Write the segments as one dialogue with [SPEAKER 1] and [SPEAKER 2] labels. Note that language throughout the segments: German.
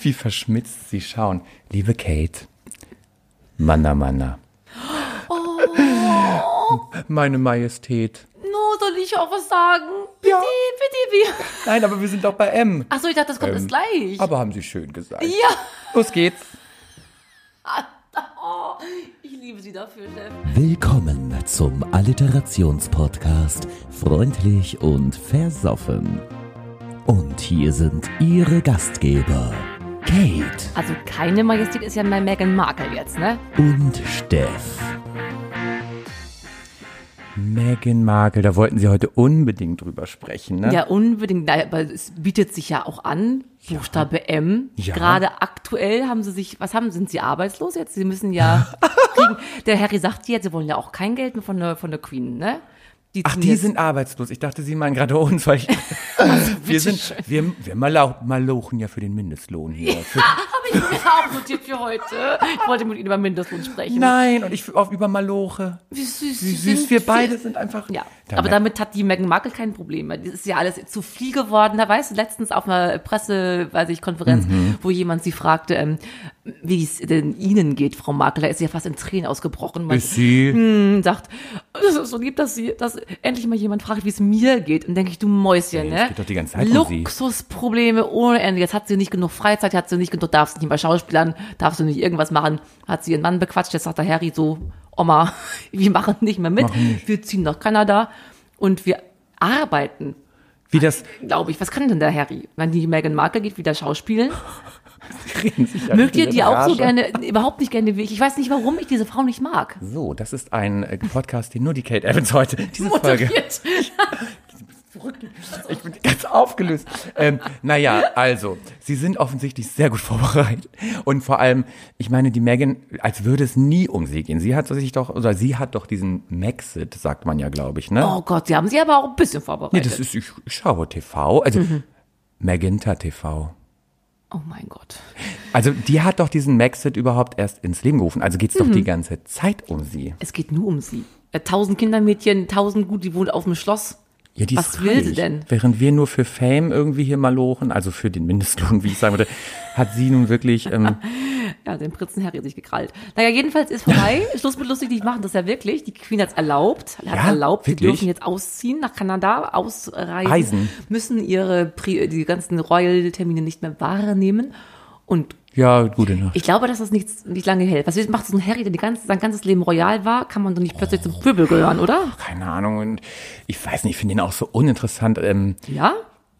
[SPEAKER 1] Wie verschmitzt sie schauen. Liebe Kate, Manna Manna. Meine Majestät.
[SPEAKER 2] No, soll ich auch was sagen? Bitte,
[SPEAKER 1] Ja.
[SPEAKER 2] bitte, bitte.
[SPEAKER 1] Nein, aber wir sind doch bei M.
[SPEAKER 2] Achso, ich dachte, das kommt erst gleich.
[SPEAKER 1] Ähm, Aber haben Sie schön gesagt.
[SPEAKER 2] ja.
[SPEAKER 1] Los geht's.
[SPEAKER 2] Oh, ich liebe sie dafür, Chef.
[SPEAKER 3] Willkommen zum Alliterationspodcast Freundlich und Versoffen. Und hier sind Ihre Gastgeber, Kate
[SPEAKER 2] Also keine Majestät ist ja mal Meghan Markle jetzt, ne?
[SPEAKER 3] und Steff.
[SPEAKER 1] Meghan Markle, da wollten Sie heute unbedingt drüber sprechen, ne?
[SPEAKER 2] Ja, unbedingt. Na, Aber es bietet sich ja auch an. Buchstabe M.
[SPEAKER 1] Ja.
[SPEAKER 2] Gerade aktuell haben sie sich, was haben, sind sie arbeitslos jetzt? Sie müssen ja kriegen. Der Harry sagt jetzt, sie wollen ja auch kein Geld mehr von der, von der Queen, ne?
[SPEAKER 1] Ach,
[SPEAKER 2] ziehen
[SPEAKER 1] die
[SPEAKER 2] jetzt-
[SPEAKER 1] sind arbeitslos. Ich dachte, Sie meinen gerade uns, weil ich, wir sind, wir, wir malau- malochen ja für den Mindestlohn hier. Für,
[SPEAKER 2] Habe ich mir auch notiert für heute. Ich wollte mit Ihnen über Mindestlohn sprechen.
[SPEAKER 1] nein, und ich auf über Maloche.
[SPEAKER 2] Wie süß,
[SPEAKER 1] Wie
[SPEAKER 2] sie
[SPEAKER 1] süß,
[SPEAKER 2] sind.
[SPEAKER 1] wir beide sind einfach.
[SPEAKER 2] Ja,
[SPEAKER 1] Da
[SPEAKER 2] aber
[SPEAKER 1] merkt-
[SPEAKER 2] damit hat die Meghan Markle kein Problem mehr. Das ist ja alles zu viel geworden. Da weißt du, letztens auf einer Presse, weiß ich, Konferenz, wo jemand sie fragte, ähm, wie es denn Ihnen geht, Frau Markle. Da ist sie ja fast in Tränen ausgebrochen. Man
[SPEAKER 1] Ist sie.
[SPEAKER 2] und sagt, das ist so lieb, dass sie, dass endlich mal jemand fragt, wie es mir geht. Und denke ich, du Mäuschen,
[SPEAKER 1] Ey,
[SPEAKER 2] ne?
[SPEAKER 1] es geht doch die ganze Zeit um sie.
[SPEAKER 2] Luxusprobleme ohne Ende. Jetzt hat sie nicht genug Freizeit, hat sie nicht genug, darfst nicht mal schauspielern, darfst du nicht irgendwas machen. Hat sie ihren Mann bequatscht, jetzt sagt der Harry so, Oma, wir machen nicht mehr mit,
[SPEAKER 1] Machen nicht.
[SPEAKER 2] wir ziehen nach Kanada und wir arbeiten,
[SPEAKER 1] Wie das
[SPEAKER 2] glaube ich. Was kann denn der Harry? Wenn die Meghan Markle geht, wieder schauspielen?
[SPEAKER 1] reden sich ja
[SPEAKER 2] Mögt ihr
[SPEAKER 1] richtig
[SPEAKER 2] die
[SPEAKER 1] in
[SPEAKER 2] auch so
[SPEAKER 1] Rage.
[SPEAKER 2] gerne, überhaupt nicht gerne wie ich? Ich weiß nicht, warum ich diese Frau nicht mag.
[SPEAKER 1] So, das ist ein äh, Podcast, den nur die Kate Evans heute, diese Folge.
[SPEAKER 2] Moderiert.
[SPEAKER 1] Ich bin ganz aufgelöst. Ähm, naja, also, sie sind offensichtlich sehr gut vorbereitet. Und vor allem, ich meine, die Megan, als würde es nie um sie gehen. Sie hat sich doch, oder sie hat doch diesen Maxit, sagt man ja, glaube ich, ne?
[SPEAKER 2] Oh Gott, sie haben sie aber auch ein bisschen
[SPEAKER 1] nee,
[SPEAKER 2] vorbereitet.
[SPEAKER 1] das ist, ich schaue TV, also
[SPEAKER 2] Mhm.
[SPEAKER 1] Magenta TV.
[SPEAKER 2] oh mein Gott.
[SPEAKER 1] Also, die hat doch diesen Maxit überhaupt erst ins Leben gerufen. Also geht's
[SPEAKER 2] Mhm.
[SPEAKER 1] doch die ganze Zeit um sie.
[SPEAKER 2] Es geht nur um sie. Äh, Tausend Kindermädchen, tausend gut, die wohnt auf dem Schloss.
[SPEAKER 1] Ja, die
[SPEAKER 2] Was
[SPEAKER 1] ist
[SPEAKER 2] will sie
[SPEAKER 1] reich.
[SPEAKER 2] denn?
[SPEAKER 1] Während wir nur für Fame irgendwie hier mal lochen, also für den Mindestlohn, wie ich sagen würde, hat sie nun wirklich, ähm,
[SPEAKER 2] Ja, den Prinzen Harry sich gekrallt. Naja, jedenfalls ist vorbei. Schluss mit lustig, die machen das ja wirklich. Die Queen hat's erlaubt. Hat
[SPEAKER 1] Ja,
[SPEAKER 2] erlaubt, sie
[SPEAKER 1] wirklich?
[SPEAKER 2] dürfen jetzt ausziehen nach Kanada, ausreisen.
[SPEAKER 1] Reisen.
[SPEAKER 2] Müssen ihre, Pri- die ganzen Royal-Termine nicht mehr wahrnehmen. Und
[SPEAKER 1] ja, gute Nacht.
[SPEAKER 2] ich glaube, dass das nicht, nicht lange hält. Was macht so ein Harry, der die ganze, sein ganzes Leben royal war, kann man doch nicht plötzlich zum Pöbel gehören, oder?
[SPEAKER 1] Keine Ahnung, und ich weiß nicht, ich finde ihn auch so uninteressant. Ähm,
[SPEAKER 2] Ja?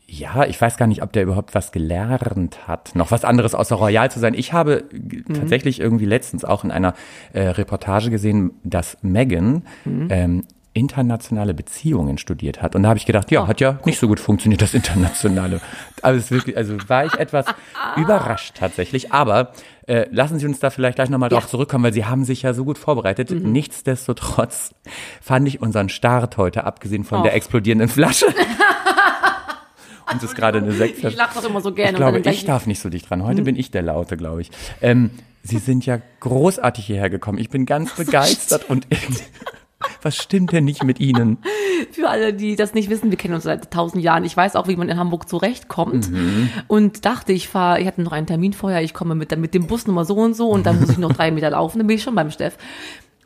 [SPEAKER 1] ja, ich weiß gar nicht, ob der überhaupt was gelernt hat, noch was anderes außer royal zu sein. Ich habe g- tatsächlich irgendwie letztens auch in einer äh, Reportage gesehen, dass Megan ähm, internationale Beziehungen studiert hat. Und da habe ich gedacht, ja, hat ja nicht so gut funktioniert, das Internationale. Aber es ist wirklich, also war ich etwas überrascht tatsächlich. Aber äh, lassen Sie uns da vielleicht gleich nochmal drauf zurückkommen, weil Sie haben sich ja so gut vorbereitet. Nichtsdestotrotz fand ich unseren Start heute, abgesehen von der explodierenden Flasche. Uns ist gerade eine Sektflasche.
[SPEAKER 2] Ich lache doch immer so gerne.
[SPEAKER 1] Ich
[SPEAKER 2] und dann
[SPEAKER 1] glaube,
[SPEAKER 2] gleich- Mhm.
[SPEAKER 1] ich darf nicht so dicht ran. Heute bin ich der Laute, glaube ich. Ähm, Sie sind ja großartig hierher gekommen. Ich bin ganz begeistert und was stimmt denn nicht mit Ihnen?
[SPEAKER 2] Für alle, die das nicht wissen, wir kennen uns seit tausend Jahren. Ich weiß auch, wie man in Hamburg zurechtkommt.
[SPEAKER 1] Mhm.
[SPEAKER 2] Und dachte, ich fahre, ich hatte noch einen Termin vorher, ich komme mit, mit dem Bus Nummer so und so und dann muss ich noch drei Meter laufen, dann bin ich schon beim Steff.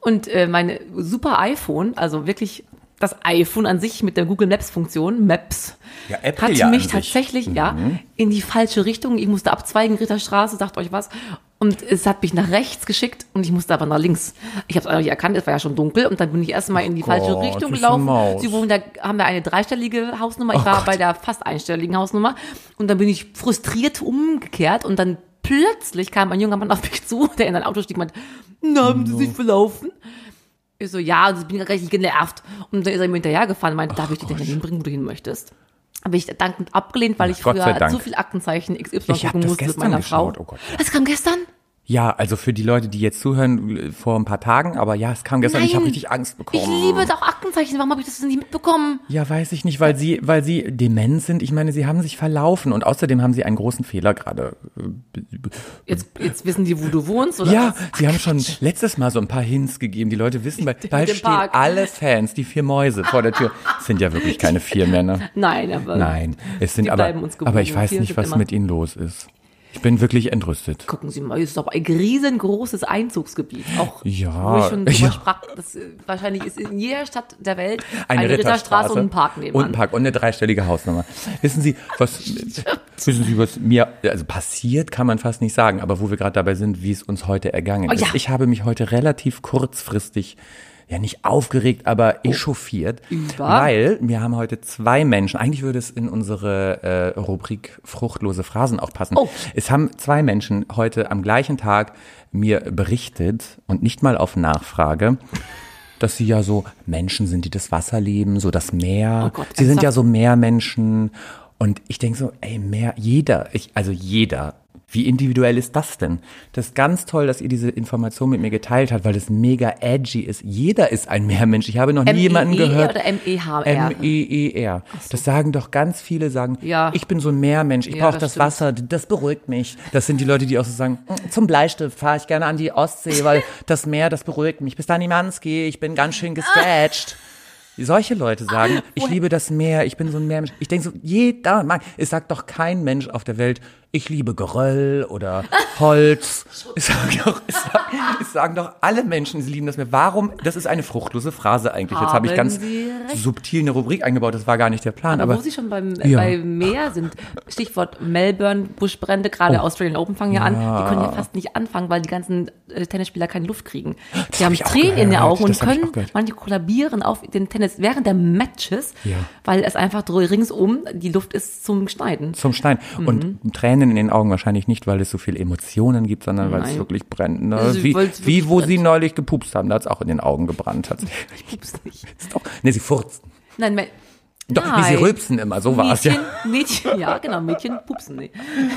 [SPEAKER 2] Und äh, mein super iPhone, also wirklich das iPhone an sich mit der Google Maps-Funktion, Maps,
[SPEAKER 1] Ja, Apple
[SPEAKER 2] hat
[SPEAKER 1] ja an
[SPEAKER 2] mich
[SPEAKER 1] sich. Mhm.
[SPEAKER 2] tatsächlich ja, in die falsche Richtung. Ich musste abzweigen, Ritterstraße, sagt euch was. Und es hat mich nach rechts geschickt und ich musste aber nach links. Ich habe es nicht erkannt, es war ja schon dunkel und dann bin ich erstmal in die falsche
[SPEAKER 1] Gott,
[SPEAKER 2] Richtung
[SPEAKER 1] du
[SPEAKER 2] gelaufen.
[SPEAKER 1] Maus.
[SPEAKER 2] Sie wohnen da, haben da eine dreistellige Hausnummer. Ich
[SPEAKER 1] Oh
[SPEAKER 2] war
[SPEAKER 1] Gott.
[SPEAKER 2] bei der fast einstelligen Hausnummer. Und dann bin ich frustriert umgekehrt und dann plötzlich kam ein junger Mann auf mich zu, der in ein Auto stieg und meinte, "Na, haben Sie sich verlaufen? Ich so, ja, und ich bin richtig genervt. Und dann ist er mir hinterhergefahren und meinte, darf ich dich denn hinbringen, wo du hin möchtest? Habe ich dankend abgelehnt, weil ich
[SPEAKER 1] Gott sei
[SPEAKER 2] früher
[SPEAKER 1] Dank.
[SPEAKER 2] zu viel Aktenzeichen XY
[SPEAKER 1] Ich hab
[SPEAKER 2] gucken
[SPEAKER 1] das
[SPEAKER 2] musste mit
[SPEAKER 1] gestern
[SPEAKER 2] meiner
[SPEAKER 1] geschaut,
[SPEAKER 2] Frau.
[SPEAKER 1] oh Gott.
[SPEAKER 2] Das kam gestern?
[SPEAKER 1] Ja, also für die Leute, die jetzt zuhören, äh, vor ein paar Tagen, aber ja, es kam gestern, ich habe
[SPEAKER 2] Nein.
[SPEAKER 1] richtig Angst bekommen.
[SPEAKER 2] Ich liebe doch Aktenzeichen. Warum habe ich das denn nicht mitbekommen?
[SPEAKER 1] Ja, weiß ich nicht, weil sie, weil sie dement sind. Ich meine, sie haben sich verlaufen und außerdem haben sie einen großen Fehler gerade. äh, be- be-
[SPEAKER 2] Jetzt, jetzt wissen die, wo du wohnst, oder?
[SPEAKER 1] Ja,
[SPEAKER 2] was?
[SPEAKER 1] sie haben schon letztes Mal so ein paar Hints gegeben. Die Leute wissen, weil bald
[SPEAKER 2] dem
[SPEAKER 1] stehen
[SPEAKER 2] Park.
[SPEAKER 1] alle Fans, die vier Mäuse vor der Tür. Es sind ja wirklich keine vier ne? Männer.
[SPEAKER 2] Nein, aber.
[SPEAKER 1] Nein, es sind
[SPEAKER 2] Die
[SPEAKER 1] aber,
[SPEAKER 2] bleiben uns gewogen.
[SPEAKER 1] aber ich weiß
[SPEAKER 2] Vier
[SPEAKER 1] nicht,
[SPEAKER 2] sind
[SPEAKER 1] was
[SPEAKER 2] immer-
[SPEAKER 1] mit ihnen los ist. Ich bin wirklich entrüstet.
[SPEAKER 2] Gucken Sie mal, es ist doch ein riesengroßes Einzugsgebiet. Auch
[SPEAKER 1] Ja,
[SPEAKER 2] wo ich schon drüber
[SPEAKER 1] ja.
[SPEAKER 2] sprach, das, äh, wahrscheinlich ist in jeder Stadt der Welt
[SPEAKER 1] Eine, Ritterstraße,
[SPEAKER 2] und ein Park
[SPEAKER 1] Und
[SPEAKER 2] nebenan.
[SPEAKER 1] ein Park und eine dreistellige Hausnummer. Wissen Sie, was, wissen Sie, was mir, also passiert kann man fast nicht sagen, aber wo wir gerade dabei sind, wie es uns heute ergangen
[SPEAKER 2] Oh
[SPEAKER 1] ist.
[SPEAKER 2] ja.
[SPEAKER 1] Ich habe mich heute relativ kurzfristig ja, nicht aufgeregt, aber echauffiert,
[SPEAKER 2] Oh. Über?
[SPEAKER 1] weil wir haben heute zwei Menschen, eigentlich würde es in unsere äh, Rubrik fruchtlose Phrasen auch passen.
[SPEAKER 2] Oh.
[SPEAKER 1] Es haben zwei Menschen heute am gleichen Tag mir berichtet und nicht mal auf Nachfrage, dass sie ja so Menschen sind, die das Wasser lieben, so das Meer.
[SPEAKER 2] Oh Gott,
[SPEAKER 1] sie sind
[SPEAKER 2] ernsthaft?
[SPEAKER 1] ja so Meermenschen. Und ich denke so, ey, Meer, jeder, ich, also jeder. Wie individuell ist das denn? Das ist ganz toll, dass ihr diese Information mit mir geteilt habt, weil das mega edgy ist. Jeder ist ein Meermensch. Ich habe noch nie jemanden
[SPEAKER 2] MER
[SPEAKER 1] gehört.
[SPEAKER 2] E
[SPEAKER 1] E
[SPEAKER 2] oder E MEHR?
[SPEAKER 1] M-E-E-R. Das sagen doch ganz viele, sagen,
[SPEAKER 2] Ja.
[SPEAKER 1] ich bin so ein Meermensch, ich
[SPEAKER 2] Ja,
[SPEAKER 1] brauche das,
[SPEAKER 2] das stimmt.
[SPEAKER 1] Wasser, das beruhigt mich. Das sind die Leute, die auch so sagen, "Mm, zum Bleistift fahre ich gerne an die Ostsee, weil das Meer, das beruhigt mich. Bis dann Manski, ich bin ganz schön gestretched. Solche Leute
[SPEAKER 2] Ah,
[SPEAKER 1] sagen, ich liebe das Meer, ich bin so ein Meermensch. Ich denke so, jeder Mann, es sagt doch kein Mensch auf der Welt, ich liebe Geröll oder Holz. Es sagen doch, es sagen, es sagen doch alle Menschen, sie lieben das Meer. Warum? Das ist eine fruchtlose Phrase eigentlich. Jetzt habe ich
[SPEAKER 2] Haben
[SPEAKER 1] ganz
[SPEAKER 2] Sie recht.
[SPEAKER 1] subtil eine Rubrik eingebaut, das war gar nicht der Plan.
[SPEAKER 2] Aber
[SPEAKER 1] Aber,
[SPEAKER 2] wo sie schon beim,
[SPEAKER 1] Ja.
[SPEAKER 2] beim Meer sind, Stichwort Melbourne, Buschbrände,
[SPEAKER 1] Oh.
[SPEAKER 2] gerade Australian Open fangen ja an, die können ja fast nicht anfangen, weil die ganzen äh, Tennisspieler keine Luft kriegen. Die haben
[SPEAKER 1] hab ich auch
[SPEAKER 2] Tränen in den
[SPEAKER 1] gehört,
[SPEAKER 2] Augen und
[SPEAKER 1] das hab ich auch
[SPEAKER 2] können,
[SPEAKER 1] gehört.
[SPEAKER 2] manche kollabieren auf den Tennis während der Matches,
[SPEAKER 1] Ja.
[SPEAKER 2] weil es einfach dr- ringsum, die Luft ist zum Schneiden.
[SPEAKER 1] zum Schneiden.
[SPEAKER 2] Mhm.
[SPEAKER 1] Und Tränen in den Augen wahrscheinlich nicht, weil es so viel Emotionen gibt, sondern weil es
[SPEAKER 2] Nein.
[SPEAKER 1] wirklich brennt. Ne?
[SPEAKER 2] Also,
[SPEAKER 1] wie,
[SPEAKER 2] weil's
[SPEAKER 1] wie
[SPEAKER 2] wirklich
[SPEAKER 1] wo sie
[SPEAKER 2] brennt.
[SPEAKER 1] neulich gepupst haben, da hat es auch in den Augen gebrannt. tatsächlich.
[SPEAKER 2] Ich pup's nicht.
[SPEAKER 1] Ist doch, ne, sie furzen.
[SPEAKER 2] Nein, Mel
[SPEAKER 1] Doch, nee, sie rülpsen immer, so war es
[SPEAKER 2] Mädchen,
[SPEAKER 1] ja.
[SPEAKER 2] Mädchen, ja, genau, Mädchen pupsen. Nee.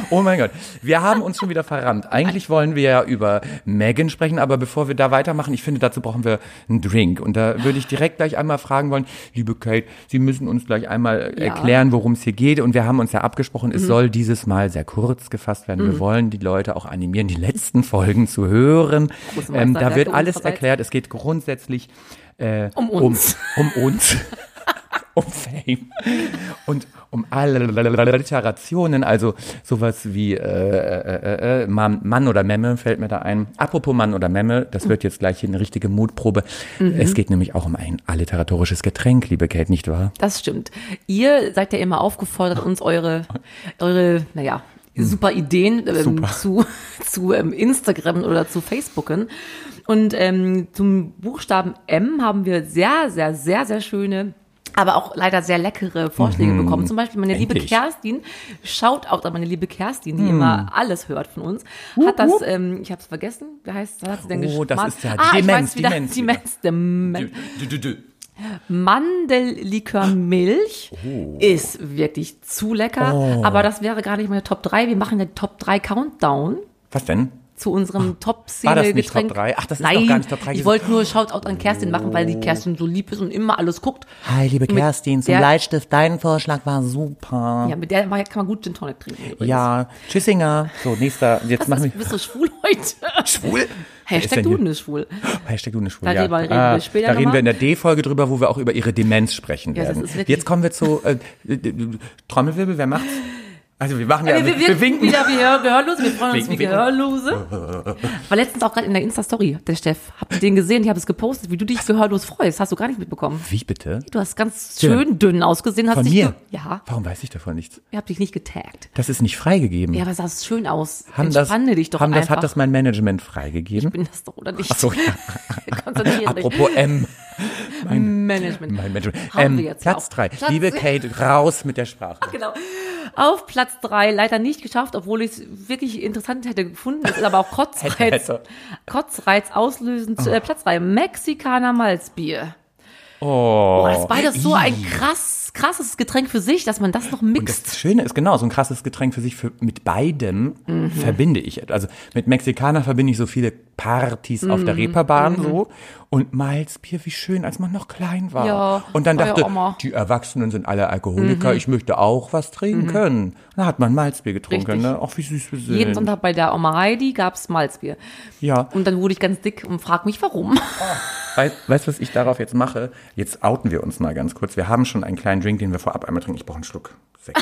[SPEAKER 1] Oh mein Gott, wir haben uns schon wieder verrannt. Eigentlich wollen wir ja über Megan sprechen, aber bevor wir da weitermachen, ich finde, dazu brauchen wir einen Drink. Und da würde ich direkt gleich einmal fragen wollen, liebe Kate, Sie müssen uns gleich einmal
[SPEAKER 2] Ja. Mhm.
[SPEAKER 1] erklären, worum es hier geht. Und wir haben uns ja abgesprochen, es soll dieses Mal sehr kurz gefasst werden. Wir wollen die Leute auch animieren, die letzten Folgen zu hören.
[SPEAKER 2] Große
[SPEAKER 1] Ähm, da wird
[SPEAKER 2] Meisterwerke
[SPEAKER 1] alles
[SPEAKER 2] unsererseits.
[SPEAKER 1] erklärt. Es geht grundsätzlich
[SPEAKER 2] Um uns.
[SPEAKER 1] um, um uns. Um Fame und um alle Literationen, also sowas wie äh, äh, äh, äh, Mann Mann oder Memme fällt mir da ein. Apropos Mann oder Memme, das wird jetzt gleich hier eine richtige Mutprobe.
[SPEAKER 2] Mhm.
[SPEAKER 1] Es geht nämlich auch um ein alliteratorisches Getränk, liebe Kate, nicht wahr?
[SPEAKER 2] Das stimmt. Ihr seid ja immer aufgefordert, uns eure, eure naja,
[SPEAKER 1] Hm.
[SPEAKER 2] super Ideen ähm, zu, zu ähm, Instagram oder zu Facebooken. Und ähm, zum Buchstaben M haben wir sehr, sehr, sehr, sehr schöne aber auch leider sehr leckere Vorschläge bekommen. Zum Beispiel meine liebe
[SPEAKER 1] Mhm. Endlich. Mhm.
[SPEAKER 2] Kerstin, schaut auch an meine liebe Kerstin, die immer alles hört von uns, hat das, ähm, ich habe es vergessen, wie heißt das? Hat sie denn
[SPEAKER 1] Oh, das
[SPEAKER 2] geschmarrt?
[SPEAKER 1] ist ja
[SPEAKER 2] ah, ich
[SPEAKER 1] Demenz,
[SPEAKER 2] weiß wieder,
[SPEAKER 1] Demenz wieder.
[SPEAKER 2] Demenz, Demenz. Mandellikörmilch
[SPEAKER 1] Oh.
[SPEAKER 2] ist wirklich zu lecker, aber das wäre gar nicht meine Top 3. Wir machen den Top 3 Countdown
[SPEAKER 1] Was denn?
[SPEAKER 2] zu unserem top
[SPEAKER 1] Ah. War das
[SPEAKER 2] single
[SPEAKER 1] nicht
[SPEAKER 2] getränk
[SPEAKER 1] Top 3? Ach, das ist
[SPEAKER 2] Nein,
[SPEAKER 1] doch gar nicht Top 3 gewesen.
[SPEAKER 2] Ich
[SPEAKER 1] Oh.
[SPEAKER 2] wollte nur Shoutout an Kerstin machen, weil die Kerstin so lieb ist und immer alles guckt.
[SPEAKER 1] Hi, liebe
[SPEAKER 2] Mit
[SPEAKER 1] Kerstin, zum
[SPEAKER 2] der-
[SPEAKER 1] Leitstift, dein Vorschlag war super.
[SPEAKER 2] Ja, mit der kann man gut Gin Tonic trinken. Übrigens.
[SPEAKER 1] Ja, Tschüssinger. So, nächster, jetzt
[SPEAKER 2] Das
[SPEAKER 1] machen
[SPEAKER 2] ist,
[SPEAKER 1] wir.
[SPEAKER 2] bist du schwul heute?
[SPEAKER 1] Schwul? Wer ist
[SPEAKER 2] Hashtag
[SPEAKER 1] denn hier?
[SPEAKER 2] Duden ist schwul.
[SPEAKER 1] Hashtag du eine Schwule.
[SPEAKER 2] Darüber reden wir später
[SPEAKER 1] da reden
[SPEAKER 2] nochmal.
[SPEAKER 1] wir in der D-Folge drüber, wo wir auch über ihre Demenz sprechen
[SPEAKER 2] Ja, das
[SPEAKER 1] werden.
[SPEAKER 2] ist wirklich-
[SPEAKER 1] Jetzt kommen wir zu äh, äh, äh, Trommelwirbel, wer macht's? Also wir machen ja,
[SPEAKER 2] Wir, wir, wir, winken wieder wie Hör- Gehörlose, wir freuen uns
[SPEAKER 1] Winken,
[SPEAKER 2] wie
[SPEAKER 1] winken.
[SPEAKER 2] Gehörlose. War letztens auch gerade in der Insta-Story, der Steff. Habt ihr den gesehen? Ich habe es gepostet, wie du dich gehörlos freust. Hast du gar nicht mitbekommen.
[SPEAKER 1] Wie bitte?
[SPEAKER 2] Du hast ganz
[SPEAKER 1] Schön.
[SPEAKER 2] schön dünn ausgesehen. Hast
[SPEAKER 1] Von
[SPEAKER 2] dich
[SPEAKER 1] mir?
[SPEAKER 2] ge- Ja,
[SPEAKER 1] Warum weiß ich davon nichts?
[SPEAKER 2] ich habe dich nicht getaggt.
[SPEAKER 1] Das ist nicht freigegeben.
[SPEAKER 2] Ja, aber sahst schön aus.
[SPEAKER 1] haben das,
[SPEAKER 2] Entspanne dich doch
[SPEAKER 1] haben das,
[SPEAKER 2] einfach.
[SPEAKER 1] hat das mein Management freigegeben?
[SPEAKER 2] bin das doch oder nicht?
[SPEAKER 1] Ach so, ja.
[SPEAKER 2] Konzentriere dich.
[SPEAKER 1] Apropos M.
[SPEAKER 2] Management.
[SPEAKER 1] Mein Management.
[SPEAKER 2] Haben
[SPEAKER 1] Ähm,
[SPEAKER 2] wir jetzt
[SPEAKER 1] Platz
[SPEAKER 2] auch.
[SPEAKER 1] 3.
[SPEAKER 2] Platz-
[SPEAKER 1] Liebe Kate, raus mit der Sprache.
[SPEAKER 2] Genau. Auf Platz drei leider nicht geschafft, obwohl ich es wirklich interessant hätte gefunden. Es ist aber auch Kotzreiz,
[SPEAKER 1] Hätte, hätte.
[SPEAKER 2] Kotzreiz auslösend. Äh, Platz drei Mexikaner Malzbier.
[SPEAKER 1] Oh,
[SPEAKER 2] Oh, das ist beides so ein
[SPEAKER 1] ih.
[SPEAKER 2] krass, krasses Getränk für sich, dass man das noch
[SPEAKER 1] Und
[SPEAKER 2] mixt.
[SPEAKER 1] das Schöne ist genau, so ein krasses Getränk für sich, für, mit beidem
[SPEAKER 2] Mhm.
[SPEAKER 1] verbinde ich. Also mit Mexikaner verbinde ich so viele Partys auf
[SPEAKER 2] Mhm.
[SPEAKER 1] der Reeperbahn so und Malzbier, wie schön, als man noch klein war.
[SPEAKER 2] Ja,
[SPEAKER 1] und dann
[SPEAKER 2] war ja
[SPEAKER 1] dachte,
[SPEAKER 2] Oma. Mhm.
[SPEAKER 1] die Erwachsenen sind alle Alkoholiker, ich möchte auch was trinken können. Dann hat man Malzbier getrunken,
[SPEAKER 2] Richtig.
[SPEAKER 1] ne? Ach, wie süß wir sind.
[SPEAKER 2] Jeden Sonntag bei der Oma Heidi gab's Malzbier.
[SPEAKER 1] Ja.
[SPEAKER 2] Und dann wurde ich ganz dick und frag mich warum.
[SPEAKER 1] Oh, Weißt du, was ich darauf jetzt mache? Jetzt outen wir uns mal ganz kurz. Wir haben schon einen kleinen Drink, den wir vorab einmal trinken. Ich brauche einen Schluck. sechs.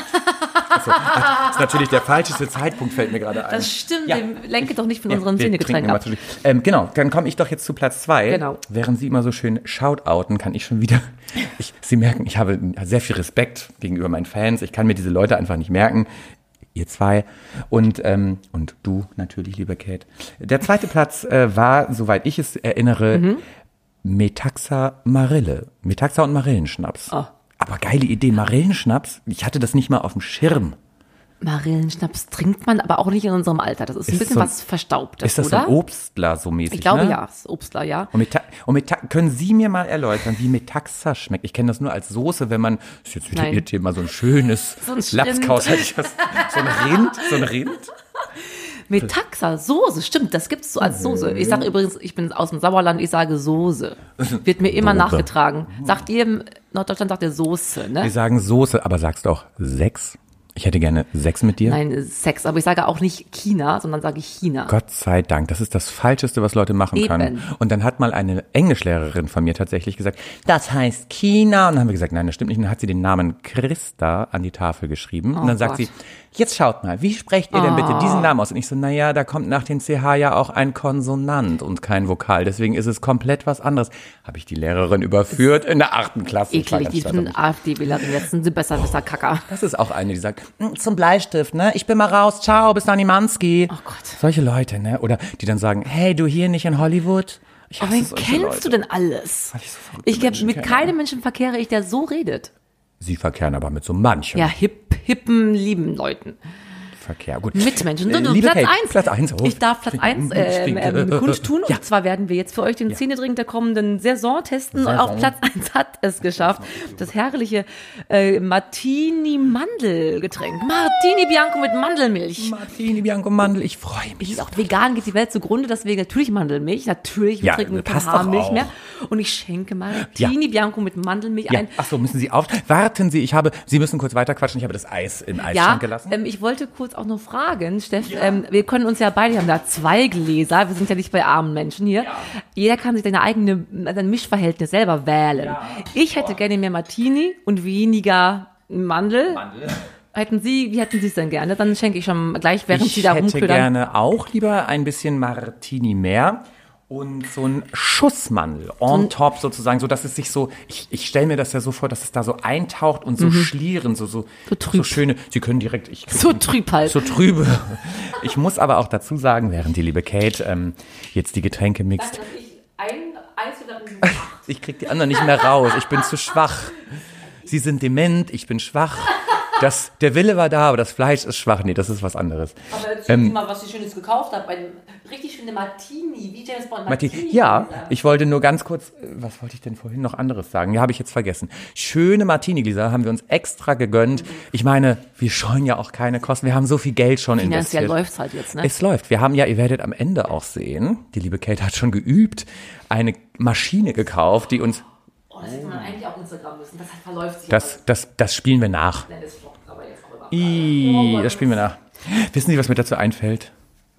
[SPEAKER 1] Achso, das ist natürlich der falscheste Zeitpunkt, fällt mir gerade ein.
[SPEAKER 2] Das stimmt,
[SPEAKER 1] Ja.
[SPEAKER 2] wir lenken doch nicht von
[SPEAKER 1] Ja,
[SPEAKER 2] unseren
[SPEAKER 1] wir trinken
[SPEAKER 2] Sinnegetränken
[SPEAKER 1] immer
[SPEAKER 2] ab.
[SPEAKER 1] zu viel. Ähm, genau, dann komme ich doch jetzt zu Platz zwei.
[SPEAKER 2] Genau.
[SPEAKER 1] Während Sie immer so schön shoutouten, kann ich schon wieder. Ich, Sie merken, ich habe sehr viel Respekt gegenüber meinen Fans. Ich kann mir diese Leute einfach nicht merken. Ihr zwei. Und, ähm, und du natürlich, lieber Kate. Der zweite Platz äh, war, soweit ich es erinnere,
[SPEAKER 2] Mhm.
[SPEAKER 1] Metaxa Marille. Metaxa und Marillenschnaps.
[SPEAKER 2] Ah.
[SPEAKER 1] Aber geile Idee, Marillenschnaps. Ich hatte das nicht mal auf dem Schirm.
[SPEAKER 2] Marillenschnaps trinkt man aber auch nicht in unserem Alter. Das ist,
[SPEAKER 1] Ist
[SPEAKER 2] ein bisschen
[SPEAKER 1] so ein-
[SPEAKER 2] was Verstaubtes,
[SPEAKER 1] Ist das
[SPEAKER 2] oder?
[SPEAKER 1] so ein Obstler so mäßig?
[SPEAKER 2] ich glaube
[SPEAKER 1] ne?
[SPEAKER 2] ja, das Obstler, ja.
[SPEAKER 1] Und, mit, Ta- und mit, Ta- können Sie mir mal erläutern, wie Metaxa schmeckt? Ich kenne das nur als Soße, wenn man, ist jetzt wieder
[SPEAKER 2] Nein.
[SPEAKER 1] Ihr Thema, so ein schönes
[SPEAKER 2] So ein Rind.
[SPEAKER 1] Lapskaus, hätte ich was, so ein Rind, so ein Rind.
[SPEAKER 2] Metaxa, Soße, stimmt, das gibt's so
[SPEAKER 1] Oh.
[SPEAKER 2] als Soße. Ich sage übrigens, ich bin aus dem Sauerland, ich sage Soße. Wird mir immer nachgetragen. Sagt ihr in Norddeutschland, sagt ihr Soße,
[SPEAKER 1] Wir
[SPEAKER 2] ne?
[SPEAKER 1] sagen Soße, aber sagst auch sechs? Ich hätte gerne sechs mit dir.
[SPEAKER 2] Nein, Sex, aber ich sage auch nicht China, sondern sage ich China.
[SPEAKER 1] Gott sei Dank, das ist das Falscheste, was Leute machen
[SPEAKER 2] Eben.
[SPEAKER 1] können. Und dann hat mal eine Englischlehrerin von mir tatsächlich gesagt, das heißt China. Und dann haben wir gesagt, nein, das stimmt nicht. Und dann hat sie den Namen Christa an die Tafel geschrieben. und dann sagt
[SPEAKER 2] Oh Gott. Oh.
[SPEAKER 1] sie, jetzt schaut mal, wie sprecht ihr denn bitte diesen Namen aus? Und ich so, naja, da kommt nach dem CH ja auch ein Konsonant und kein Vokal. Deswegen ist es komplett was anderes. Habe ich die Lehrerin überführt in der achten Klasse. Ich war
[SPEAKER 2] Eklig,
[SPEAKER 1] ganz
[SPEAKER 2] die
[SPEAKER 1] stolz auf mich.
[SPEAKER 2] sind AfD-Wählerin, jetzt sind sie besser, besser Kacker.
[SPEAKER 1] Das ist auch eine, die sagt, "Mm, zum Bleistift, ne? Ich bin mal raus, ciao, bis dann Nimanski. Oh
[SPEAKER 2] Gott.
[SPEAKER 1] Solche Leute, ne? Oder die dann sagen, hey, du hier nicht in Hollywood? Ich
[SPEAKER 2] Aber
[SPEAKER 1] hasse
[SPEAKER 2] wen
[SPEAKER 1] solche
[SPEAKER 2] kennst
[SPEAKER 1] Leute.
[SPEAKER 2] du denn alles?
[SPEAKER 1] ich so verrückte
[SPEAKER 2] Ich glaub,
[SPEAKER 1] Menschen
[SPEAKER 2] mit
[SPEAKER 1] kenne.
[SPEAKER 2] keinem Menschen verkehre ich, der so redet.
[SPEAKER 1] Sie verkehren aber mit so manchem
[SPEAKER 2] Ja, hip, hippen, lieben Leuten.
[SPEAKER 1] Verkehr. Gut.
[SPEAKER 2] Mitmenschen.
[SPEAKER 1] Äh,
[SPEAKER 2] So, du,
[SPEAKER 1] liebe
[SPEAKER 2] Platz
[SPEAKER 1] Kate,
[SPEAKER 2] eins.
[SPEAKER 1] Platz eins. Oh,
[SPEAKER 2] Ich darf Platz
[SPEAKER 1] stinkt,
[SPEAKER 2] eins ähm,
[SPEAKER 1] stinkt,
[SPEAKER 2] ähm,
[SPEAKER 1] äh,
[SPEAKER 2] kundtun.
[SPEAKER 1] Ja.
[SPEAKER 2] Und zwar werden wir jetzt für euch den Zähnetrink der kommenden Saison testen. Und
[SPEAKER 1] Saison.
[SPEAKER 2] auch Platz eins hat es geschafft. Das herrliche äh, Martini-Mandelgetränk. Martini Bianco mit Mandelmilch.
[SPEAKER 1] Martini Bianco Mandel, ich freue mich.
[SPEAKER 2] Ist auch vegan, geht die Welt zugrunde, deswegen natürlich Mandelmilch. Natürlich, wir
[SPEAKER 1] Ja,
[SPEAKER 2] trinken keine
[SPEAKER 1] passt doch
[SPEAKER 2] Haarmilch
[SPEAKER 1] auch.
[SPEAKER 2] mehr. Und ich schenke Martini Bianco mit Mandelmilch
[SPEAKER 1] Ja.
[SPEAKER 2] ein.
[SPEAKER 1] Ach so, müssen Sie auf. Warten Sie, ich habe, Sie müssen kurz weiterquatschen. Ich habe das Eis im Eisschrank
[SPEAKER 2] Ja,
[SPEAKER 1] gelassen.
[SPEAKER 2] ähm, ich wollte kurz auch noch fragen, Steff, ähm, wir können uns ja beide, wir haben da zwei Gläser, wir sind ja nicht bei armen Menschen hier. Jeder kann sich seine eigene, sein Mischverhältnis selber wählen. Ich hätte gerne mehr Martini und weniger Mandel. Hätten Sie, wie hätten Sie es denn gerne? Dann schenke ich schon gleich, während Sie
[SPEAKER 1] ich
[SPEAKER 2] da
[SPEAKER 1] hätte
[SPEAKER 2] rumködern.
[SPEAKER 1] gerne auch lieber ein bisschen Martini mehr und so ein Schussmandel on top sozusagen, so dass es sich so, ich, ich stelle mir das ja so vor, dass es da so eintaucht und so schlieren, so, so,
[SPEAKER 2] Mhm. So trüb.
[SPEAKER 1] schöne, sie können direkt, ich
[SPEAKER 2] So trüb halt.
[SPEAKER 1] so trübe. Ich muss aber auch dazu sagen, während die liebe Kate ähm, jetzt die Getränke mixt,
[SPEAKER 2] Also ein Eis oder
[SPEAKER 1] ich krieg die anderen nicht mehr raus, ich bin zu schwach. Sie sind dement, ich bin schwach. Das, der Wille war da, aber das Fleisch ist schwach. Nee, das ist was anderes. Ähm,
[SPEAKER 2] Aber jetzt mal, was ich Schönes gekauft habe. Ein richtig schöne Martini, wie James Bond.
[SPEAKER 1] Martin, ja, ich wollte nur ganz kurz, äh, was wollte ich denn vorhin noch anderes sagen? Ja, habe ich jetzt vergessen. Schöne Martini-Gläser haben wir uns extra gegönnt. Ich meine, wir scheuen ja auch keine Kosten. Wir haben so viel Geld schon
[SPEAKER 2] Finanziell
[SPEAKER 1] investiert.
[SPEAKER 2] läuft's halt jetzt, ne?
[SPEAKER 1] Es läuft. Wir haben ja, ihr werdet am Ende auch sehen, die liebe Kate hat schon geübt, eine Maschine gekauft, die uns,
[SPEAKER 2] Oh, das hätte man eigentlich auch Instagram müssen. Das halt verläuft sich.
[SPEAKER 1] das, das, das spielen wir nach.
[SPEAKER 2] Dennis flockt aber jetzt auch über. Oh
[SPEAKER 1] Ih, das spielen wir nach. Wissen Sie, was mir dazu einfällt?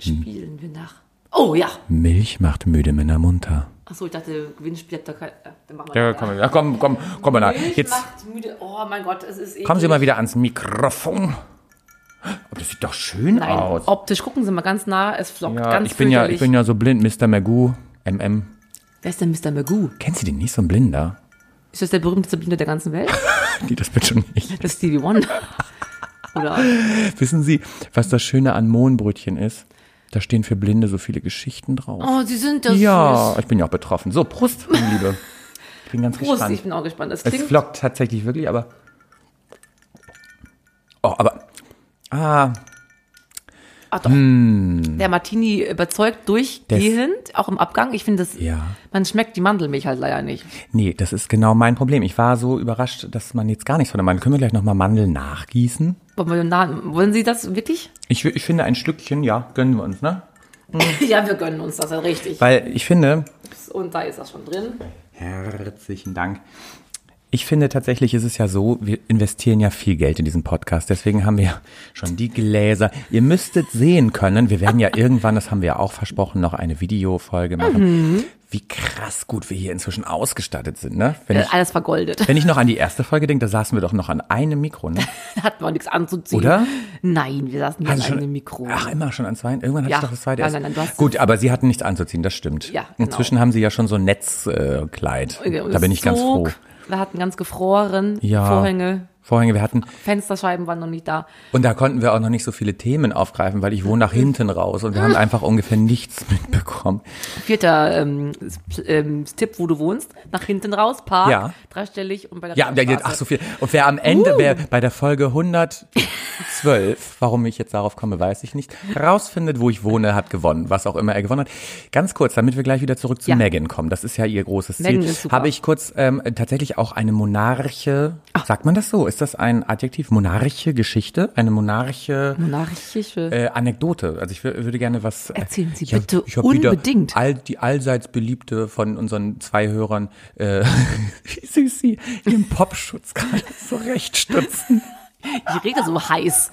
[SPEAKER 1] Hm.
[SPEAKER 2] Spielen wir nach. Oh ja.
[SPEAKER 1] Milch macht müde Männer munter.
[SPEAKER 2] Achso, ich dachte, Gewinnspiel hat da kein. Äh, dann machen wir
[SPEAKER 1] Ja, komm, ja, komm, komm, komm mal nach.
[SPEAKER 2] Milch
[SPEAKER 1] Jetzt.
[SPEAKER 2] macht müde. Oh mein Gott, es ist eklig.
[SPEAKER 1] Kommen Sie mal wieder ans Mikrofon. Aber das sieht doch schön
[SPEAKER 2] Nein,
[SPEAKER 1] aus.
[SPEAKER 2] optisch gucken Sie mal ganz nah. Es flockt
[SPEAKER 1] ja,
[SPEAKER 2] ganz
[SPEAKER 1] ich bin ja,
[SPEAKER 2] fürchterlich.
[SPEAKER 1] ich bin ja so blind, Mr. Magoo, MM.
[SPEAKER 2] Wer ist denn Mr. Magoo?
[SPEAKER 1] Kennen Sie den nicht, so ein Blinder?
[SPEAKER 2] Ist das der berühmteste Blinde der ganzen Welt?
[SPEAKER 1] Nee, das bin schon ich.
[SPEAKER 2] Das ist Stevie Wonder. Oder?
[SPEAKER 1] Wissen Sie, was das Schöne an Mohnbrötchen ist? Da stehen für Blinde so viele Geschichten drauf.
[SPEAKER 2] Oh, Sie sind das.
[SPEAKER 1] ja,
[SPEAKER 2] süß.
[SPEAKER 1] ich bin ja auch betroffen. So, Prost, meine Liebe. Ich bin ganz
[SPEAKER 2] Prost, ich
[SPEAKER 1] gespannt.
[SPEAKER 2] bin auch gespannt. Das
[SPEAKER 1] Es
[SPEAKER 2] klingt.
[SPEAKER 1] flockt tatsächlich wirklich, aber. Oh, aber. Ah,
[SPEAKER 2] Ach Ah, doch.
[SPEAKER 1] Hm.
[SPEAKER 2] Der Martini überzeugt durchgehend, auch im Abgang. Ich finde, das.
[SPEAKER 1] Ja.
[SPEAKER 2] Man schmeckt die Mandelmilch halt leider nicht.
[SPEAKER 1] Nee, das ist genau mein Problem. Ich war so überrascht, dass man jetzt gar nichts von der Mandel. Können wir gleich nochmal Mandel nachgießen?
[SPEAKER 2] Wollen, wir, na, wollen Sie das wirklich?
[SPEAKER 1] Ich, wi- ich finde ein Stückchen, ja, gönnen wir uns, ne?
[SPEAKER 2] Ja, wir gönnen uns das ja richtig.
[SPEAKER 1] Weil ich finde.
[SPEAKER 2] Und da ist das schon drin.
[SPEAKER 1] Herzlichen Dank. Ich finde tatsächlich ist es ja so, wir investieren ja viel Geld in diesen Podcast. Deswegen haben wir schon die Gläser. Ihr müsstet sehen können, wir werden ja irgendwann, das haben wir ja auch versprochen, noch eine Videofolge machen. Wie krass gut wir hier inzwischen ausgestattet sind, ne? Wenn
[SPEAKER 2] Äh,
[SPEAKER 1] ich,
[SPEAKER 2] Alles vergoldet.
[SPEAKER 1] wenn ich noch an die erste Folge denke, da saßen wir doch noch an einem Mikro, ne?
[SPEAKER 2] Da hatten wir auch nichts anzuziehen.
[SPEAKER 1] Oder?
[SPEAKER 2] Nein, wir saßen hier
[SPEAKER 1] Hast du
[SPEAKER 2] allein
[SPEAKER 1] schon-
[SPEAKER 2] im Mikro.
[SPEAKER 1] Ach, immer schon an zwei. Irgendwann hatte
[SPEAKER 2] Ja.
[SPEAKER 1] ich doch das zweite.
[SPEAKER 2] Nein,
[SPEAKER 1] erst.
[SPEAKER 2] nein, nein, du hast-
[SPEAKER 1] Gut, aber sie hatten nichts anzuziehen, das stimmt.
[SPEAKER 2] Ja, genau.
[SPEAKER 1] Inzwischen haben sie ja schon so ein Netzkleid. Äh, Kleid. da bin ich ganz froh.
[SPEAKER 2] Zog. Wir hatten ganz gefroren.
[SPEAKER 1] Ja.
[SPEAKER 2] Vorhänge,
[SPEAKER 1] Vorhänge, wir hatten,
[SPEAKER 2] Fensterscheiben waren noch nicht da.
[SPEAKER 1] und da konnten wir auch noch nicht so viele Themen aufgreifen, weil ich wohne nach hinten raus und wir haben einfach ungefähr nichts mitbekommen.
[SPEAKER 2] Vierter ähm, Sp- ähm, Tipp, wo du wohnst. Nach hinten raus, Park,
[SPEAKER 1] Ja.
[SPEAKER 2] dreistellig und bei der Uh.
[SPEAKER 1] Ja, der geht,
[SPEAKER 2] Straße.
[SPEAKER 1] ach so viel. Und wer am Ende, wer bei der Folge 112, warum ich jetzt darauf komme, weiß ich nicht, rausfindet, wo ich wohne, hat gewonnen, was auch immer er gewonnen hat. Ganz kurz, damit wir gleich wieder zurück zu
[SPEAKER 2] Ja.
[SPEAKER 1] Megan kommen, das ist ja ihr großes Ziel.
[SPEAKER 2] Meghan ist super.
[SPEAKER 1] Habe ich kurz ähm, tatsächlich auch eine Monarche,
[SPEAKER 2] Oh.
[SPEAKER 1] sagt man das so? Ist das ein Adjektiv? Monarche Geschichte? Eine Monarche
[SPEAKER 2] Monarchische.
[SPEAKER 1] äh, Anekdote. Also ich wür- würde gerne was. äh,
[SPEAKER 2] Erzählen Sie
[SPEAKER 1] ich hab-
[SPEAKER 2] bitte
[SPEAKER 1] ich hab wieder
[SPEAKER 2] unbedingt.
[SPEAKER 1] All, die allseits beliebte von unseren zwei Hörern, äh, wie süß sie ihren Popschutz gerade so recht stützen.
[SPEAKER 2] Die Rede so heiß.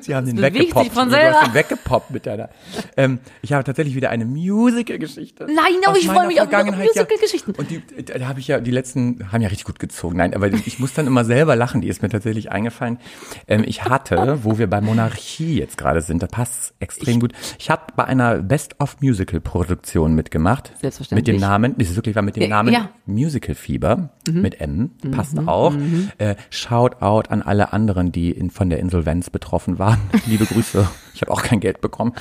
[SPEAKER 1] Sie haben den
[SPEAKER 2] bewegt sich
[SPEAKER 1] weggepoppt.
[SPEAKER 2] von
[SPEAKER 1] du hast
[SPEAKER 2] selber.
[SPEAKER 1] den weggepoppt mit deiner. Ähm, ich habe tatsächlich wieder eine Musical-Geschichte.
[SPEAKER 2] Nein, aber
[SPEAKER 1] aus
[SPEAKER 2] ich freu
[SPEAKER 1] meiner
[SPEAKER 2] mich auf
[SPEAKER 1] Vergangenheit,
[SPEAKER 2] Musical-Geschichten.
[SPEAKER 1] Ja. Und die, da habe ich ja, die letzten haben ja richtig gut gezogen. Nein, aber ich muss dann immer selber lachen. Die ist mir tatsächlich eingefallen. Ähm, ich hatte, wo wir bei Monarchie jetzt gerade sind, da passt extrem gut. Ich habe bei einer Best-of-Musical-Produktion mitgemacht.
[SPEAKER 2] Selbstverständlich.
[SPEAKER 1] Mit dem Namen, das ist wirklich war mit dem
[SPEAKER 2] Ja,
[SPEAKER 1] Namen
[SPEAKER 2] ja.
[SPEAKER 1] Musical Fieber
[SPEAKER 2] Mhm.
[SPEAKER 1] mit M, passt auch. Äh, Shoutout an alle anderen, die in, von der Insolvenz betroffen waren. Liebe Grüße, ich habe auch kein Geld bekommen.